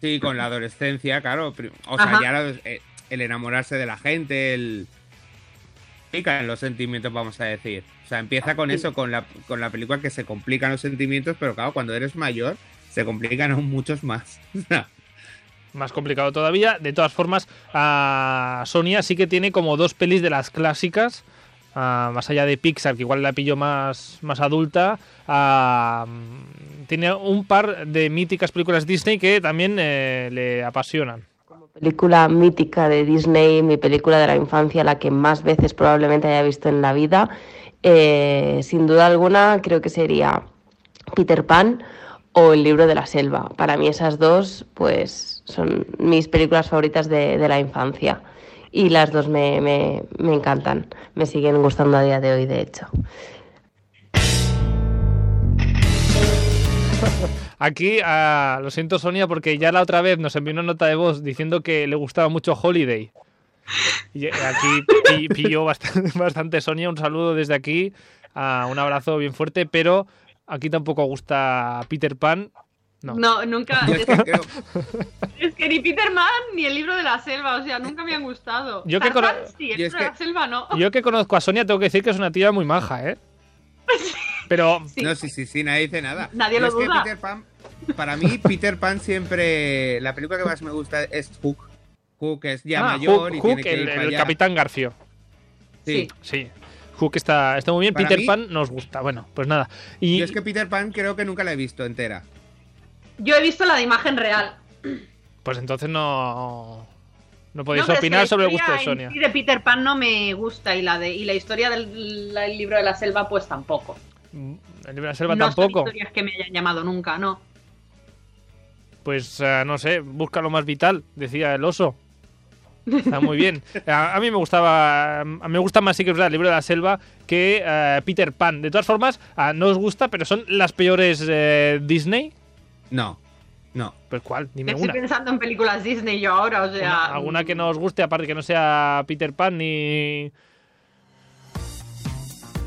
C: Sí, con la adolescencia, claro. pri- O sea,
B: Ajá.
C: ya la- eh, el enamorarse de la gente, el. Complican los sentimientos, vamos a decir. O sea, empieza con eso, con la, con la película que se complican los sentimientos, pero claro, cuando eres mayor, se complican aún muchos más. <laughs> O sea,
A: Más complicado todavía. De todas formas, a Sonia sí que tiene como dos pelis de las clásicas. ah, más allá de Pixar, que igual la pillo más, más adulta. ah, mm, tiene un par de míticas películas Disney que también eh, le apasionan.
H: película mítica de Disney, mi película de la infancia, la que más veces probablemente haya visto en la vida. Eh, sin duda alguna, creo que sería Peter Pan o El libro de la selva. Para mí esas dos, pues, son mis películas favoritas de, de la infancia. Y las dos me, me- me encantan. Me siguen gustando a día de hoy, de hecho.
A: Aquí, ah, lo siento Sonia, porque ya la otra vez nos envió una nota de voz diciendo que le gustaba mucho Holiday. Y eh, aquí pi- pilló bastante, <laughs> bastante Sonia, un saludo desde aquí, ah, un abrazo bien fuerte, pero aquí tampoco gusta Peter Pan. No.
B: No, nunca.
C: Yo
B: Es
C: es que
B: que, <laughs>
C: creo-
B: ni Peter Man ni el libro de la selva, o sea, nunca me han gustado.
A: Yo que
B: Tarzán
A: cono-
B: sí, el
C: yo es
B: libro de la
C: que-
B: selva no.
A: Yo que conozco a Sonia tengo que decir que es una tía muy maja, ¿eh? Pero
B: <laughs> Sí.
C: No, sí, sí, sí, nadie dice nada.
B: Nadie
C: Yo
B: lo
C: es que
B: duda.
C: Peter Pan- para mí, Peter Pan siempre. La película que más me gusta es Hook. Hook es ya
A: Ah,
C: mayor
A: Hook,
C: y
A: Hook,
C: tiene que
A: el,
C: ir para
A: el
C: allá.
A: capitán Garfio.
B: Sí.
C: Sí.
A: Sí. Hook está, está muy bien.
C: Para
A: Peter
C: mí-
A: Pan nos gusta. Bueno, pues nada. Y
C: Yo es que Peter Pan creo que nunca la he visto entera.
B: Yo he visto la de imagen real.
A: pues entonces no. No
B: No,
A: podéis
B: pero es que
A: opinar
B: la
A: sobre el gusto de
B: historia en
A: Sonia.
B: sí de Peter Pan no me gusta y la de y la historia del la- el libro de la selva pues tampoco.
A: Mm, El libro de la selva
B: no
A: tampoco.
B: son historias que me hayan llamado nunca, no.
A: Pues ah, no sé, busca lo más vital, decía el oso. Está
C: <laughs>
A: muy bien. A, a mí me gustaba. a- Me gusta más, sí que es verdad, el libro de la selva que eh, Peter Pan. De todas formas, ah, no os gusta, pero son las peores eh, Disney.
C: No, no.
A: Pues cuál, dime
B: Estoy
A: una.
B: pensando en películas Disney yo ahora, o sea. mm.
A: Una- alguna que no os guste, aparte que no sea Peter Pan ni.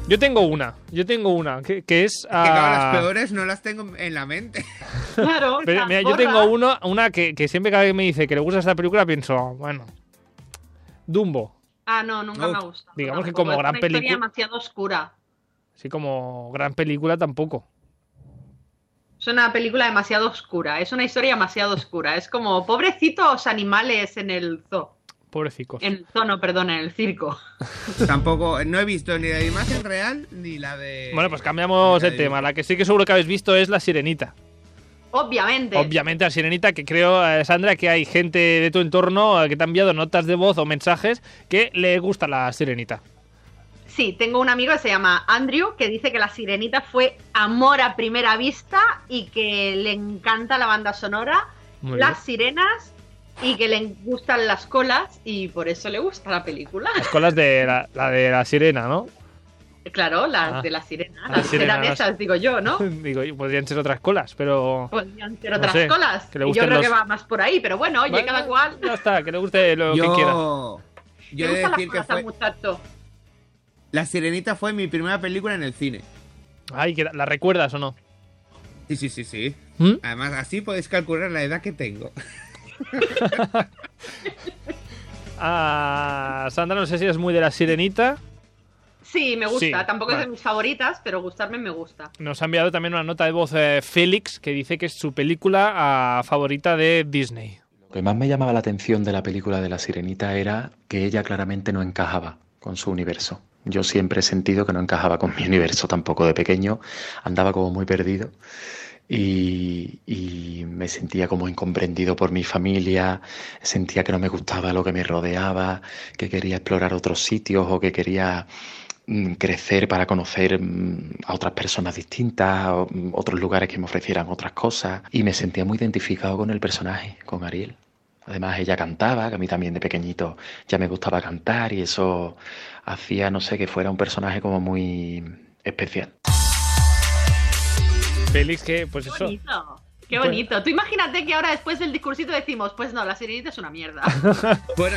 A: Yo tengo una, yo tengo una, que, que es.
C: Que claro,
A: ah,
C: las peores no las tengo en la mente.
B: Claro,
A: <laughs> pero,
B: las
A: mira, yo
B: gordas.
A: tengo una, una que, que siempre cada vez que me dice que le gusta esta película pienso, "Ah, bueno. Dumbo,
B: Ah, no, nunca
C: No,
B: me ha gustado.
A: digamos que
B: tampoco.
A: como
B: Es
A: gran
B: una historia
A: pelicu-
B: demasiado oscura.
A: así como gran película tampoco.
B: Es una película demasiado oscura, es una historia demasiado oscura. Es como pobrecitos animales en el zoo.
A: Pobrecicos.
B: En el zoo, no, perdón, en el circo.
C: Tampoco, no he visto ni la imagen real ni la de.
A: Bueno, pues cambiamos
C: ni la
A: de
C: de-
A: tema. La que sí que seguro que habéis visto es La Sirenita.
B: Obviamente.
A: Obviamente, la sirenita, que creo, eh, Sandra, que hay gente de tu entorno eh, que te ha enviado notas de voz o mensajes que le gusta la sirenita.
B: Sí, tengo un amigo que se llama Andrew que dice que La Sirenita fue amor a primera vista y que le encanta la banda sonora,
A: Muy
B: las
A: bien.
B: sirenas y que le gustan las colas y por eso le gusta la película. <laughs>
A: Las colas de la, la de la sirena, ¿no?
B: Claro, las
A: Ah,
B: de las sirenas,
A: las
B: las
A: sirenas.
B: sirenas esas, digo yo, ¿no?
A: <laughs>
B: Pues
A: Digo, y podrían ser otras colas, pero.
B: Podrían ser
A: No
B: otras
A: sé,
B: colas.
A: que le
B: Yo
A: gusten
B: creo que
A: los-
B: va más por ahí, pero bueno, oye,
A: Bueno,
B: cada cual.
A: Ya está, que le guste lo que quiera.
C: Yo. Yo he
B: le
C: de
B: gusta las
C: decir que
B: colas
C: fue.
B: al muchacho.
C: La Sirenita fue mi primera película en el cine.
A: Ay, que la, ¿la recuerdas o no?
C: Sí, sí, sí, sí.
A: ¿Mm?
C: Además, así podéis calcular la edad que tengo.
A: <laughs> Ah, Sandra, no sé si es muy de la sirenita.
B: Sí, me gusta.
A: Sí,
B: Tampoco es
A: vale.
B: de mis favoritas, pero gustarme me gusta.
A: Nos ha enviado también una nota de voz eh, Félix que dice que es su película ah, favorita de Disney.
I: Lo que más me llamaba la atención de la película de la Sirenita era que ella claramente no encajaba con su universo. Yo siempre he sentido que no encajaba con mi universo tampoco de pequeño, andaba como muy perdido y, y me sentía como incomprendido por mi familia, sentía que no me gustaba lo que me rodeaba, que quería explorar otros sitios o que quería mm, crecer para conocer mm, a otras personas distintas, o, mm, otros lugares que me ofrecieran otras cosas. Y me sentía muy identificado con el personaje, con Ariel. Además, ella cantaba, que a mí también de pequeñito ya me gustaba cantar y eso hacía, no sé, que fuera un personaje como muy especial.
A: Félix que, pues
B: Qué
A: eso,
B: bonito. Qué
A: Bueno.
B: bonito. Tú imagínate que ahora después del discursito decimos, pues no, la sirenita es una mierda. <laughs>
C: Bueno,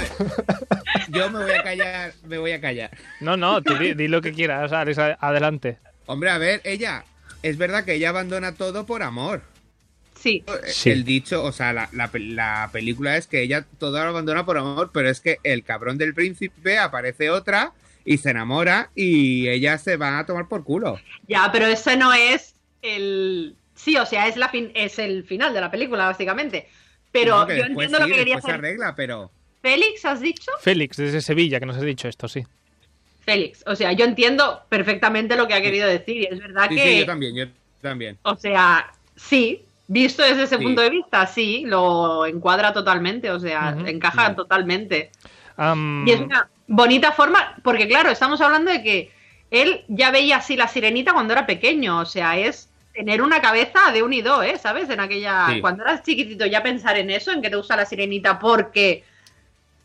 C: yo me voy a callar, me voy a callar.
A: No, no, tú di, di lo que quieras, Alex, a- adelante.
C: Hombre, a ver, ella, es verdad que ella abandona todo por amor.
B: Sí,
A: Sí.
C: El dicho, o sea, la, la pe- la película es que ella todo lo abandona por amor, pero es que el cabrón del príncipe aparece otra y se enamora y ella se va a tomar por culo.
B: ya, pero ese no es el. Sí, o sea, es, la fin- es el final de la película, básicamente. Pero
C: No, que
B: yo
C: después
B: entiendo lo
C: sí,
B: que quería
C: después se
B: hacer.
C: arregla, pero
B: Félix, ¿has dicho?
A: Félix, desde Sevilla, que nos has dicho esto, sí.
B: Félix. O sea, yo entiendo perfectamente lo que ha querido decir. Y es verdad
C: sí,
B: que.
C: sí, yo también, yo también.
B: O sea, sí, visto desde ese
C: Sí.
B: punto de vista, sí, lo encuadra totalmente, o sea,
A: Ujú.
B: encaja
C: Ujú.
B: totalmente.
A: Am,
B: Y es una bonita forma, porque claro, estamos hablando de que él ya veía así la sirenita cuando era pequeño, o sea, es tener una cabeza de un y dos, ¿eh? ¿Sabes? En aquella...
C: Sí.
B: Cuando eras chiquitito ya pensar en eso, en que te gusta la sirenita porque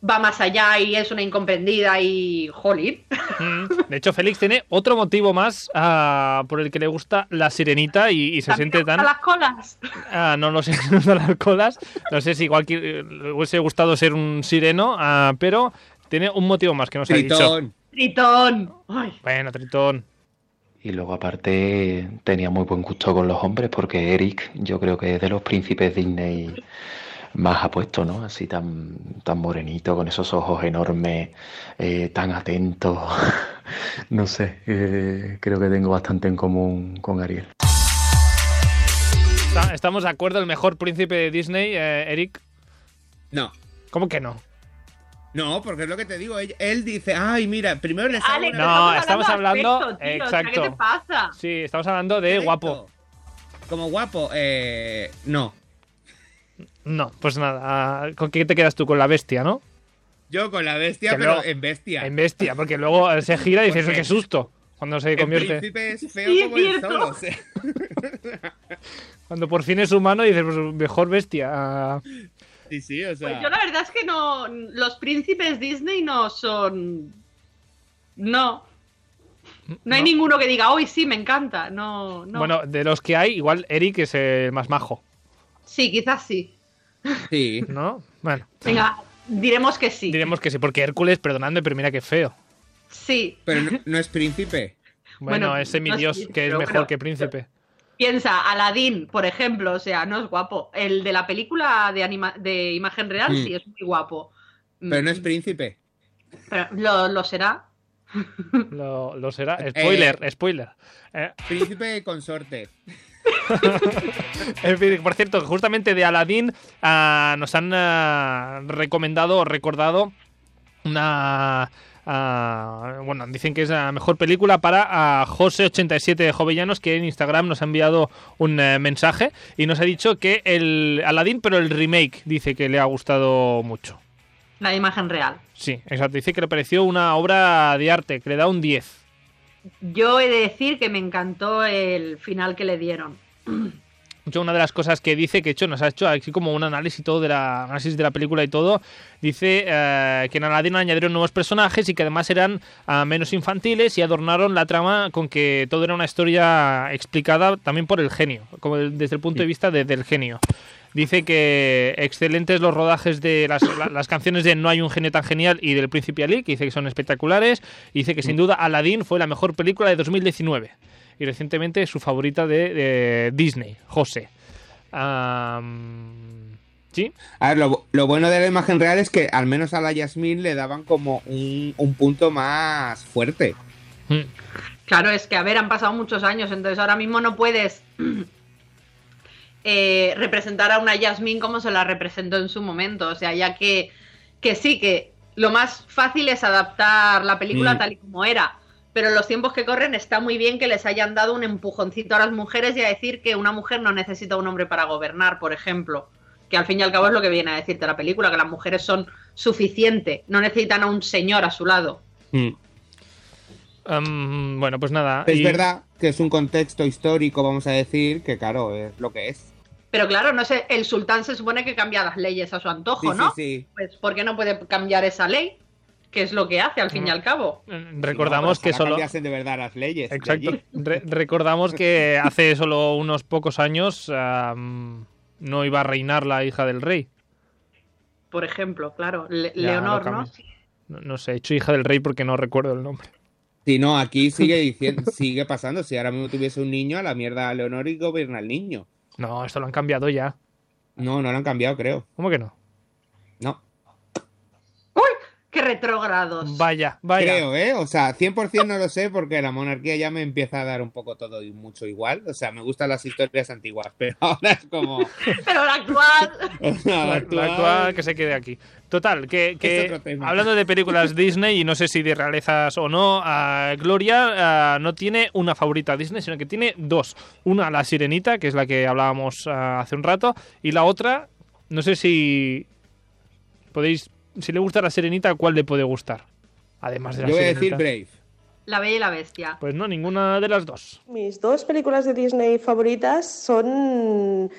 B: va más allá y es una incomprendida y jolín. <laughs>
A: Mm. De hecho, Félix tiene otro motivo más ah, por el que le gusta la sirenita y, y se
B: También
A: siente
B: hasta
A: tan...
B: las colas.
A: Ah, no lo sé, <laughs> no sé las colas. No sé si igual que, eh, le hubiese gustado ser un sireno, ah, pero tiene un motivo más que nos ha dicho.
C: Tritón.
B: Tritón. Ay,
A: Bueno, Tritón.
I: Y luego aparte tenía muy buen gusto con los hombres porque Eric yo creo que es de los príncipes Disney más apuesto, ¿no? Así tan, tan morenito, con esos ojos enormes, eh, tan atento. <laughs> No sé, eh, creo que tengo bastante en común con Ariel.
A: Está- estamos de acuerdo, el mejor príncipe de Disney, eh, Eric.
C: No.
A: ¿Cómo que no?
C: No, porque es lo que te digo. Él, él dice, ay, mira, primero le hago
B: Alex,
C: una-
A: No, estamos hablando-
B: de aspecto, tío, o sea,
A: exacto.
B: ¿Qué te pasa?
A: Sí, estamos hablando de
C: Perfecto.
A: guapo.
C: Como guapo, eh, no.
A: No, pues nada. ah, ¿Con qué te quedas tú? Con la bestia, ¿no?
C: Yo con la bestia,
A: Que
C: pero
A: no.
C: en bestia.
A: En bestia, porque luego eh, se gira y dices,
C: Porque-
A: qué susto. Cuando se
C: El
A: convierte.
C: príncipe es feo
B: Sí, es
C: como el
B: cierto.
C: sol, o sea. <laughs>
A: Cuando por fin es humano y dices, pues mejor bestia. ah.
C: Sí, sí, o sea.
B: Pues yo la verdad es que no. Los príncipes Disney no son. No. No, hay
A: No.
B: ninguno que diga, hoy sí, me encanta. No, no.
A: Bueno, de los que hay, igual Eric es el más majo,
B: Sí, quizás sí.
C: Sí.
A: ¿no? Bueno,
B: Venga, diremos que sí.
A: diremos que sí, porque Hércules, perdonadme, pero mira qué feo.
B: Sí.
C: Pero no, no es príncipe.
A: Bueno,
B: Bueno,
A: es semidios,
B: no sé,
A: que es
B: pero
A: mejor
B: bueno,
A: que príncipe.
B: Piensa, Aladdin, por ejemplo, o sea, no es guapo. El de la película de, anima- de imagen real
C: Mm.
B: sí es muy guapo. Mm,
C: Pero no es príncipe.
B: pero lo, lo será.
A: Lo, lo será. Spoiler, spoiler. Eh,
C: Príncipe consorte.
A: en fin, por cierto, justamente de Aladdin ah, nos han ah, recomendado o recordado una... ah, bueno, dicen que es la mejor película para ah, José87 de Jovellanos, que en Instagram nos ha enviado un eh, mensaje y nos ha dicho que el Aladdin, pero el remake, dice que le ha gustado mucho.
B: La imagen real.
A: Sí, exacto. Dice que le pareció una obra de arte, que le da un 10.
B: Yo he de decir que me encantó el final que le dieron.
A: De hecho, una de las cosas que dice, que hecho nos ha hecho así como un análisis y todo de la análisis de la película y todo, dice eh, que en Aladdin añadieron nuevos personajes y que además eran ah, menos infantiles y adornaron la trama con que todo era una historia explicada también por el genio, como el- desde el punto de vista de- del genio. Dice que excelentes los rodajes de las, la- las canciones de No hay un genio tan genial y del Príncipe Ali, que dice que son espectaculares. Y dice que sin duda Aladdin fue la mejor película de 2019 y recientemente su favorita de, de Disney, José. Ah, Am, sí,
C: A ver, lo, lo bueno de la imagen real es que al menos a la Yasmín le daban como un, un punto más fuerte.
A: Mm,
B: Claro, es que, a ver, han pasado muchos años, entonces ahora mismo no puedes
A: Ah,
B: eh, representar a una Jasmine como se la representó en su momento. O sea, ya que, que sí, que lo más fácil es adaptar la película
C: Mm.
B: tal y como era. Pero en los tiempos que corren está muy bien que les hayan dado un empujoncito a las mujeres y a decir que una mujer no necesita un hombre para gobernar, por ejemplo. Que al fin y al cabo es lo que viene a decirte la película, que las mujeres son suficientes, no necesitan a un señor a su lado.
A: am, bueno, pues nada.
C: Es
A: y-
C: verdad que es un contexto histórico, vamos a decir, que claro, es lo que es.
B: Pero claro, no sé, el sultán se supone que cambia las leyes a su
C: Sí,
B: antojo,
C: sí,
B: ¿no?
C: sí.
B: Pues ¿por qué no puede cambiar esa ley? Que es lo que hace al fin y al cabo.
A: eh, Recordamos
C: No, pero
A: que
C: ojalá
A: solo.
C: cambiasen de verdad las leyes. de
A: Exacto.
C: allí.
A: <laughs> Re- recordamos que
C: <laughs>
A: hace solo unos pocos años am, no iba a reinar la hija del rey.
B: Por ejemplo, claro, Le-
A: Ya,
B: Leonor,
A: lo
B: ¿no?
A: cambié. No, no sé, he hecho hija del rey porque no recuerdo el nombre.
C: Si no, aquí sigue diciendo, <laughs> sigue pasando. Si ahora mismo tuviese un niño, a la mierda a Leonor y gobierna al niño.
A: No, esto lo han cambiado ya.
C: No, no lo han cambiado, creo.
A: ¿Cómo que no?
C: No.
B: Qué retrógrados.
A: Vaya, vaya.
C: Creo, ¿eh? O sea, 100% no lo sé porque la monarquía ya me empieza a dar un poco todo y mucho igual. O sea, me gustan las historias antiguas, pero <laughs> ahora es como...
B: <laughs> Pero la actual.
C: o sea,
A: <laughs> La,
C: la
A: actual...
C: actual-
A: que se quede aquí. Total, que, que
C: Es Este otro tema.
A: hablando de
C: <laughs>
A: películas Disney, y no sé si de realezas o no, ah, Gloria ah, no tiene una favorita Disney, sino que tiene dos. Una, La Sirenita, que es la que hablábamos ah, hace un rato, y la otra, no sé si podéis, si le gusta La Sirenita, ¿cuál le puede gustar? Además de La
C: Yo voy a decir
A: Sirenita.
C: Brave.
B: La Bella y la Bestia.
A: pues no, ninguna de las dos.
E: Mis dos películas de Disney favoritas son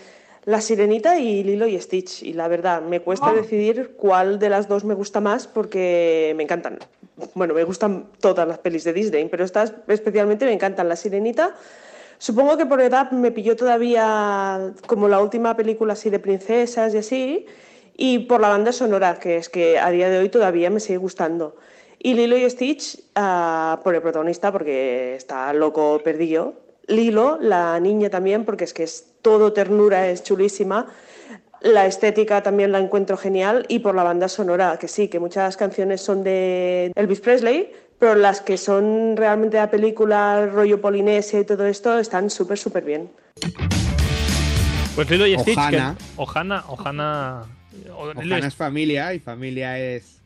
J: La Sirenita y Lilo y Stitch. Y la verdad, me cuesta
K: Ah.
J: decidir cuál de las dos me gusta más porque me encantan. Bueno, me gustan todas las pelis de Disney, pero estas especialmente me encantan. La Sirenita, supongo que por edad me pilló todavía como la última película así de princesas y así. Y por la banda sonora, que es que a día de hoy todavía me sigue gustando. Y Lilo y Stitch ah, por el protagonista, porque está loco perdido. Lilo, la niña también, porque es que es todo ternura, es chulísima. La estética también la encuentro genial y por la banda sonora, que sí, que muchas canciones son de Elvis Presley, pero las que son realmente de la película, rollo polinesia y todo esto, están súper, súper bien.
A: Pues Lilo y Stitch. que-
C: Ohana.
A: Ohana, Ohana. o- Lilo y
C: Ohana es familia y familia es.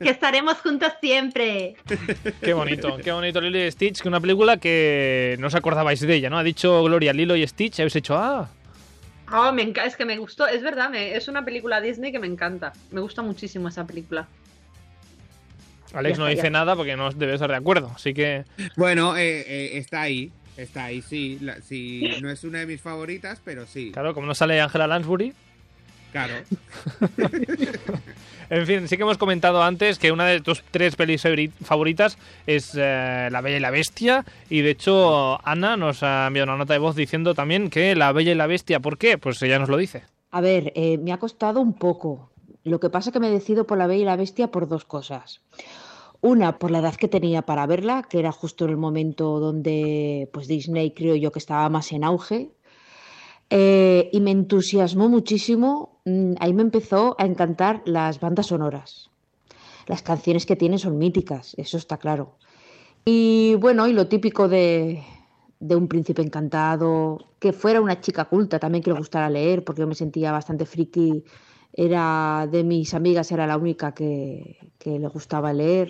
B: Que estaremos juntos siempre.
A: Qué bonito, qué bonito Lilo y Stitch, que una película que no os acordabais de ella, ¿no? Ha dicho Gloria Lilo y Stitch, y habéis hecho, ah,
B: Oh, me enca- es que me gustó, es verdad, me- es una película Disney que me encanta. Me gusta muchísimo esa película.
A: Alex
B: Ya
A: no
B: está, ya
A: dice nada porque no debe estar de acuerdo, así que
C: Bueno, eh, eh, está ahí. Está ahí, sí. La- sí. No es una de mis favoritas, pero sí.
A: claro, como no sale Angela Lansbury.
C: Claro.
A: <laughs> En fin, sí que hemos comentado antes que una de tus tres pelis favori- favoritas es eh, La Bella y la Bestia y de hecho Ana nos ha enviado una nota de voz diciendo también que La Bella y la Bestia, ¿por qué? Pues ella nos lo dice.
L: A ver, eh, me ha costado un poco. Lo que pasa es que me decido por La Bella y la Bestia por dos cosas. Una, por la edad que tenía para verla, que era justo en el momento donde pues Disney creo yo que estaba más en auge. Eh, y me entusiasmó muchísimo. Mm, Ahí me empezó a encantar las bandas sonoras. Las canciones que tiene son míticas, eso está claro. Y bueno, y lo típico de, de un príncipe encantado, que fuera una chica culta también que le gustara leer, porque yo me sentía bastante friki. Era de mis amigas, era la única que, que le gustaba leer,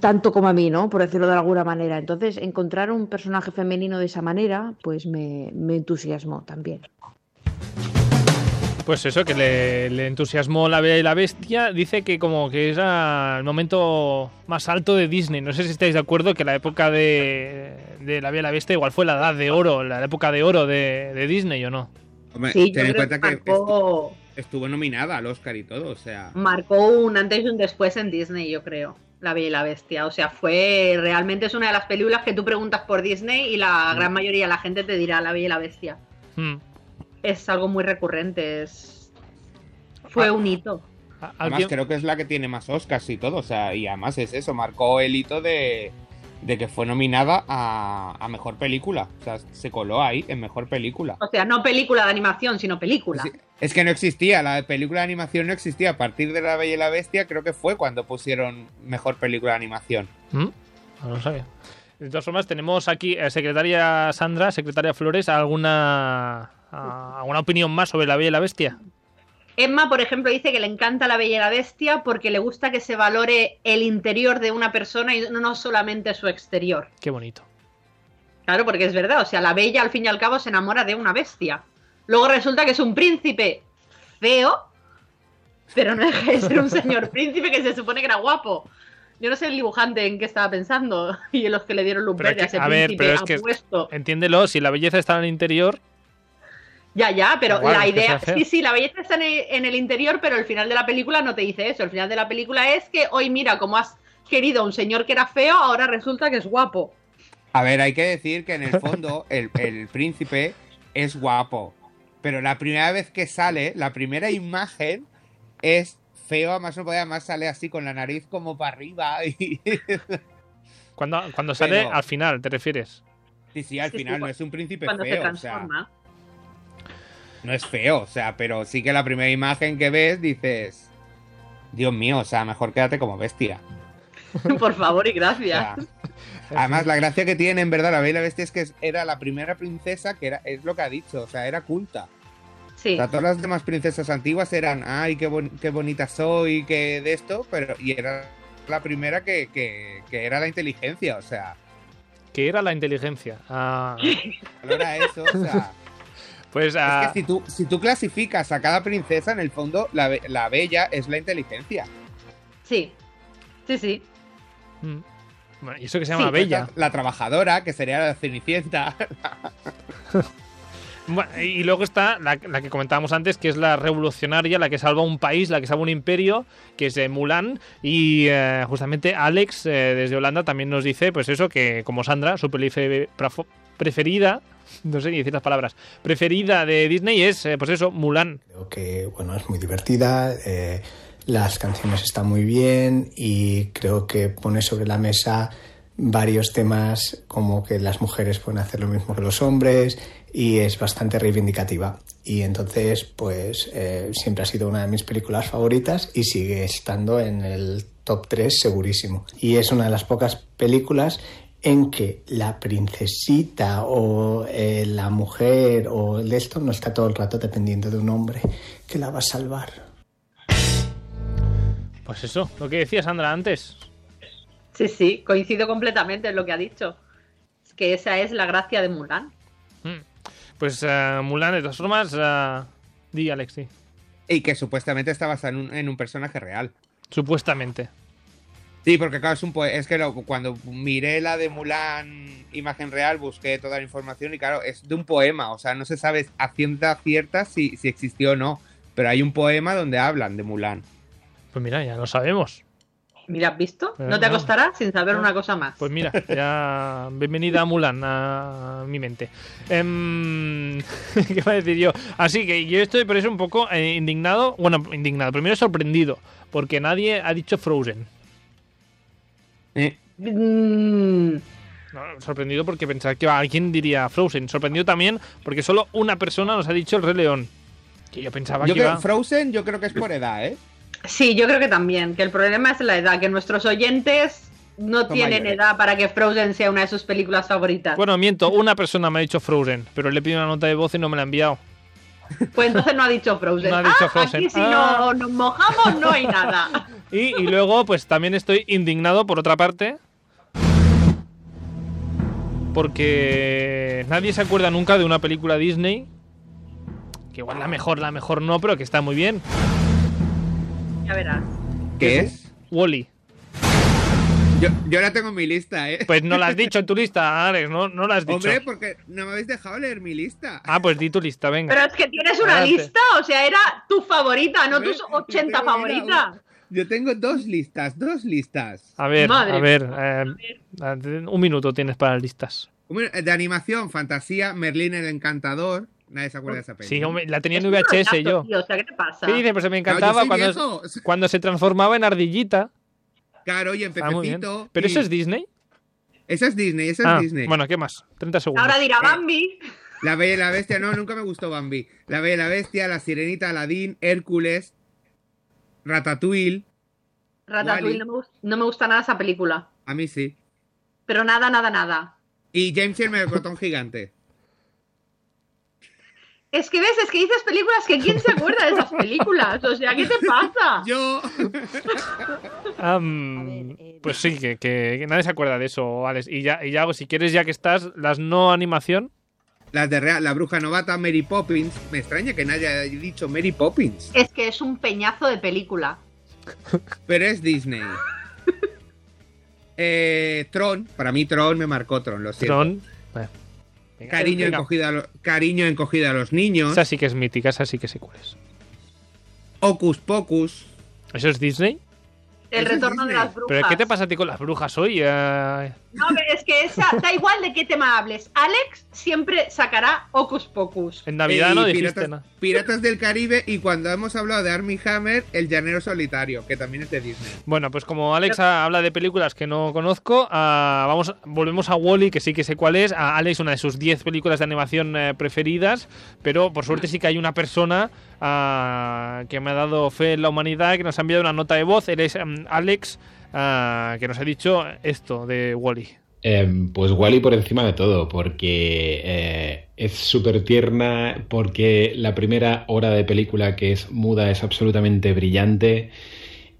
L: tanto como a mí, ¿no? Por decirlo de alguna manera. Entonces, encontrar un personaje femenino de esa manera, pues me, me entusiasmó también.
A: Pues eso, que le, le entusiasmó La Bella y la Bestia. Dice que como que era el momento más alto de Disney. No sé si estáis de acuerdo que la época de, de La Bella y la Bestia igual fue la edad de oro, la época de oro de, de Disney, ¿o no?
C: Hombre,
B: Sí, yo
C: ten en
B: creo
C: cuenta
B: que
C: que
B: marcó, Mm.
C: estuvo nominada al Oscar y todo, o sea.
B: marcó un antes y un después en Disney, yo creo. La Bella y la Bestia. O sea, fue realmente es una de las películas que tú preguntas por Disney y la gran mayoría de la gente te dirá La Bella y la Bestia.
A: Hmm.
B: Es algo muy recurrente. Es... Fue un hito.
C: Además, creo que es la que tiene más Oscars y todo, o sea, y además es eso, marcó el hito de, de que fue nominada a, a mejor película, o sea, se coló ahí en mejor película.
B: O sea, no película de animación, sino película.
C: Es que no existía, la película de animación no existía. A partir de La Bella y la Bestia, creo que fue cuando pusieron mejor película de animación.
A: ¿Mm? No lo sabía. De todas formas, tenemos aquí eh, secretaria Sandra, secretaria Flores, ¿alguna, a- alguna opinión más sobre La Bella y la Bestia?
B: Emma, por ejemplo, dice que le encanta La Bella y la Bestia porque le gusta que se valore el interior de una persona y no solamente su exterior.
A: Qué bonito.
B: Claro, porque es verdad, o sea, la Bella al fin y al cabo se enamora de una bestia. Luego resulta que es un príncipe feo, pero no deja de ser un
A: <laughs>
B: señor príncipe que se supone que era guapo. Yo no sé el dibujante en qué estaba pensando <laughs> y en los que le dieron luz
A: Pero
B: verde a
A: que-
B: ese
A: a ver,
B: príncipe Ah, pues,
A: pero es que
B: apuesto.
A: entiéndelo, si la belleza está en el interior,
B: Ya, ya, pero
A: Igual,
B: la
A: es que
B: idea.
A: sea feo.
B: Sí, sí, la belleza está en el, en el interior, pero el final de la película no te dice eso. El final de la película es que hoy, mira, como has querido a un señor que era feo, ahora resulta que es guapo. <laughs>
C: A ver, hay que decir que en el fondo el, el príncipe es guapo, pero la primera vez que sale, la primera imagen es feo, además no podía, además sale así con la nariz como para arriba y... <laughs>
A: cuando, cuando sale
C: Pero-
A: al final, ¿te refieres?
C: Sí, sí, al
B: Sí, sí,
C: final
B: cu-
C: no es un príncipe
B: Cuando se
C: feo, o sea,
B: transforma.
C: no es feo, o sea, pero sí que la primera imagen que ves dices, Dios mío, o sea, mejor quédate como bestia.
B: Por favor y
C: O
B: gracias.
C: sea,
B: Pues
C: además, la gracia que tiene, en verdad, la Bella y la Bestia es que es- era la primera princesa que era, es lo que ha dicho, o sea, era culta. O
B: Sí.
C: sea, todas las demás princesas antiguas eran, ay, qué, bon- qué bonita soy, qué de esto, pero y era la primera que, que- que era la inteligencia, o sea,
A: Que era la inteligencia.
B: <laughs>
A: Ah,
C: valora eso, o sea.
A: pues ah,
C: Es que si tú, si tú clasificas a cada princesa, en el fondo, la, be- la bella es la inteligencia.
B: Sí, sí, sí.
A: mm. Bueno, y
C: pues
A: eso que se llama
C: Sí.
A: Bella.
C: La, trabajadora, que sería la cenicienta.
A: <laughs> Bueno, y luego está la, la que comentábamos antes, que es la revolucionaria, la que salva un país, la que salva un imperio, que es eh, Mulan. Y eh, justamente Alex, eh, desde Holanda, también nos dice, pues eso, que como Sandra, su peli fe- prafo- preferida, <laughs> no sé ni decir las palabras, preferida de Disney es, eh, pues eso, Mulan.
K: Creo que bueno, es muy divertida, eh, las canciones están muy bien y creo que pone sobre la mesa varios temas como que las mujeres pueden hacer lo mismo que los hombres y es bastante reivindicativa. Y entonces, pues eh, siempre ha sido una de mis películas favoritas y sigue estando en el top 3 segurísimo. Y es una de las pocas películas en que la princesita o eh, la mujer o el esto no está todo el rato dependiendo de un hombre que la va a salvar.
A: Pues eso, lo que decía Sandra antes.
B: Sí, sí, coincido completamente en lo que ha dicho. Es que esa es la gracia de Mulan.
A: Pues eh, Mulan, de todas formas, eh, di Alex, sí.
C: Y que supuestamente está basada en un, en un personaje real.
A: Supuestamente.
C: Sí, porque claro, es, un, po- es que lo- cuando miré la de Mulan imagen real, busqué toda la información y claro, es de un poema, o sea, no se sabe a ciencia cierta si, si existió o no, pero hay un poema donde hablan de Mulan.
A: Pues mira, ya lo sabemos.
B: Mira, ¿has visto?
A: Eh,
B: no te
A: no.
B: acostarás sin saber una cosa más.
A: Pues mira, ya. Bienvenida a Mulan, a mi mente. Em, <laughs> ¿Qué va a decir yo? Así que yo estoy por eso un poco eh, indignado. Bueno, indignado. Primero sorprendido, porque nadie ha dicho Frozen.
C: Eh.
B: Mm.
A: No, sorprendido porque pensaba que alguien diría Frozen. Sorprendido también porque solo una persona nos ha dicho el Rey León. Que yo pensaba
C: Yo
A: que
C: creo,
A: iba-
C: Frozen yo creo que es por edad, ¿eh?
B: Sí, yo creo que también, que el problema es la edad, que nuestros oyentes no
A: Son
B: tienen
A: mayores.
B: edad para que Frozen sea una de sus películas favoritas.
A: Bueno, miento, una persona me ha dicho Frozen, pero le pido una nota de voz y no me la ha enviado.
B: Pues entonces no ha dicho Frozen.
A: No ha dicho
B: Ah,
A: Frozen.
B: Aquí si
A: Ah.
B: no nos mojamos no hay nada. <laughs>
A: Y, y luego, pues también estoy indignado por otra parte. Porque nadie se acuerda nunca de una película Disney. Que igual la mejor, la mejor no, pero que está muy bien.
B: Ya verás.
C: ¿Qué es?
A: Wally.
C: Yo, yo la tengo en mi lista, ¿eh?
A: Pues no la has dicho en tu lista, Alex, no, no la has dicho.
C: Hombre, pues- porque no me habéis dejado leer mi lista.
A: Ah, pues di tu lista, venga.
B: Pero es que tienes una
A: Adelante.
B: lista, o sea, era tu favorita, no tus 80
C: tengo que ir a
B: favoritas.
C: Yo tengo dos listas, dos listas.
A: A ver,
C: Madre
A: a ver, eh, un minuto tienes para listas.
C: Hombre, eh, De animación, fantasía, Merlín el Encantador. Nadie se acuerda de esa película.
A: Sí, hombre, la tenía en VHS yo.
B: o sea, ¿qué te pasa?
A: ¿Qué dices? Pues me encantaba
C: Claro, yo soy
A: cuando, cuando se transformaba en ardillita.
C: Claro, y en
A: Ah, muy bien.
C: Pepepito.
A: ¿Pero
C: y-
A: eso es Disney?
C: Esa es Disney, esa es
A: Ah,
C: Disney. Eh,
A: Bueno, ¿qué más? 30 segundos.
B: Ahora dirá Bambi.
C: La Bella y la Bestia, no, nunca me gustó Bambi. La Bella y la Bestia, La Sirenita, Aladdin, Hércules, Ratatouille.
B: Ratatouille,
C: Wall-E.
B: no me, gust- no me gusta nada esa película.
C: A mí sí.
B: Pero nada, nada, nada.
C: Y James y el Melocotón Gigante.
B: Es que ves, es que dices películas que quién se acuerda de esas películas. O sea, ¿qué te pasa?
C: Yo.
A: Am, Ah, pues sí, que, que- que nadie se acuerda de eso, Alex. Y ya, y ya hago, si quieres, ya que estás, las no animación.
C: Las de Real, La Bruja Novata, Mary Poppins. Me extraña que nadie haya dicho Mary Poppins.
B: Es que es un peñazo de película.
C: Pero es
A: <laughs>
C: Disney. Eh, Tron, para mí Tron me marcó Tron, lo siento.
A: Tron.
C: Cariño,
A: venga.
C: encogido a lo- cariño encogido a los niños.
A: Esa sí que es mítica, esa sí que sé cuál es.
C: Ocus Pocus.
A: ¿Eso es Disney?
B: El retorno de las brujas.
A: ¿Pero qué te pasa a ti con las brujas hoy? Eh,
B: No, pero es que esa, da igual de qué tema hables. Alex siempre sacará Hocus Pocus.
A: en Navidad
C: Eh,
A: no
C: y
A: dijiste
C: piratas,
A: nada.
C: Piratas del Caribe y cuando hemos hablado de Army Hammer, El Llanero Solitario, que también es de Disney.
A: Bueno, pues como Alex ah, habla de películas que no conozco, ah, vamos, volvemos a Wally, que sí que sé cuál es. A Alex, una de sus 10 películas de animación eh, preferidas, pero por suerte sí que hay una persona ah, que me ha dado fe en la humanidad, que nos ha enviado una nota de voz. Él es mm, Alex, ah, que nos ha dicho esto de Wally.
M: Em, pues Wally por encima de todo, porque eh, es súper tierna, porque la primera hora de película que es muda es absolutamente brillante,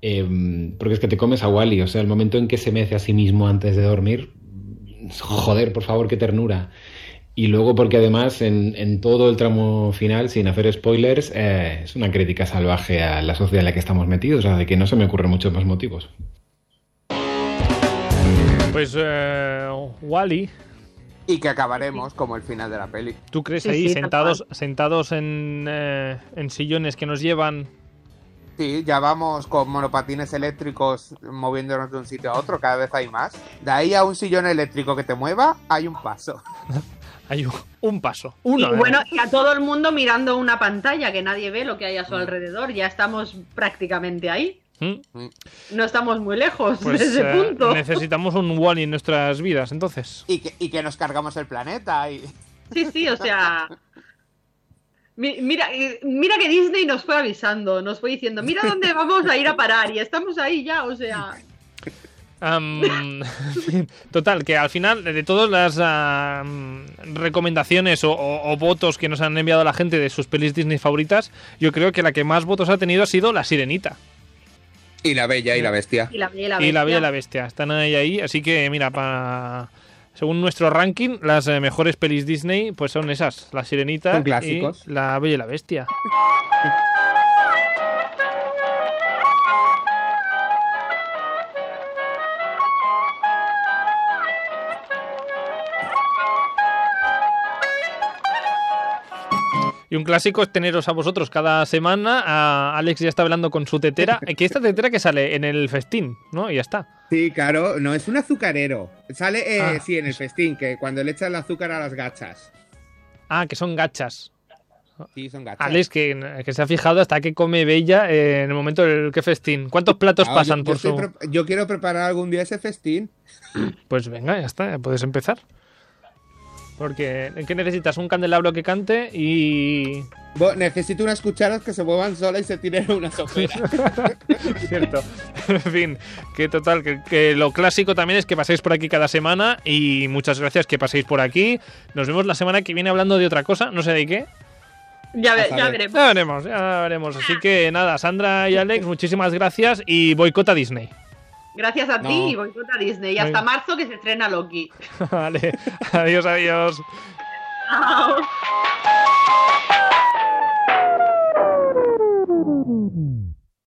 M: em, porque es que te comes a Wally, o sea, el momento en que se mece a sí mismo antes de dormir, joder, por favor, qué ternura. Y luego porque además en, en todo el tramo final, sin hacer spoilers, eh, es una crítica salvaje a la sociedad en la que estamos metidos, así que no se me ocurren muchos más motivos.
A: Pues eh, Wally,
C: Y que acabaremos como el final de la peli.
A: ¿Tú crees
C: Sí,
A: ahí
C: sí, tal
A: sentados, sentados en, eh, en sillones que nos llevan?
C: Sí, ya vamos con monopatines eléctricos moviéndonos de un sitio a otro, cada vez hay más. De ahí a un sillón eléctrico que te mueva, hay un paso.
A: <laughs> hay un, paso. Uno. ¿eh?
B: y bueno, y a todo el mundo mirando una pantalla que nadie ve lo que hay a su
A: Mm.
B: alrededor. Ya estamos prácticamente ahí.
C: Mm.
B: No estamos muy lejos
A: Pues
B: de ese
A: eh,
B: punto.
A: necesitamos un Wally en nuestras vidas, entonces.
C: Y que, y que nos cargamos el planeta. Y...
B: Sí, sí, o sea. mi- Mira, eh, mira que Disney nos fue avisando, nos fue diciendo, mira dónde vamos a ir a parar y estamos ahí ya, o sea,
A: Am, <laughs> total, que al final de todas las am, recomendaciones o, o- o votos que nos han enviado la gente de sus pelis Disney favoritas, yo creo que la que más votos ha tenido ha sido La Sirenita.
C: Y la bella y la bestia.
B: y la Bella y la
A: y La Bella y
B: Bestia.
A: la Bestia. Están ahí, ahí. Así que, mira, pa- según nuestro ranking, las eh, mejores pelis Disney pues son esas. La Sirenita
C: Son clásicos.
A: y La Bella y la Bestia. Y un clásico es teneros a vosotros cada semana. A Alex ya está hablando con
C: <laughs>
A: su tetera. Que esta tetera que sale en el festín, ¿no? Y ya está.
C: Sí, claro, no, es un azucarero. Sale, eh,
A: Ah,
C: sí, en el festín, que cuando le echan el azúcar a las gachas.
A: Ah, que son gachas.
C: Sí, son gachas.
A: Alex, que, que se ha fijado hasta que come Bella eh, en el momento del que festín. ¿Cuántos platos
C: Ah, yo-
A: pasan
C: yo
A: por
C: estoy
A: su...?
C: pre- yo quiero preparar algún día ese festín.
A: Pues venga, ya está, ya
C: <laughs>
A: puedes empezar. Porque, ¿qué necesitas? Un candelabro que cante y...
C: Bo- necesito unas cucharas que se muevan sola y se tiren una sopera.
A: <laughs> Cierto. <laughs> En fin, que total, que, que lo clásico también es que paséis por aquí cada semana y muchas gracias que paséis por aquí. Nos vemos la semana que viene hablando de otra cosa, no sé de qué.
B: Ya, ve- ya veremos.
A: Ya veremos, ya veremos. Así que nada, Sandra y Alex, muchísimas gracias y boicota Disney. <laughs>
B: Gracias a
A: No.
B: ti y boicota Disney. Y hasta
A: Venga.
B: marzo que se estrena Loki.
A: <laughs> vale, adiós, adiós.
B: Chao.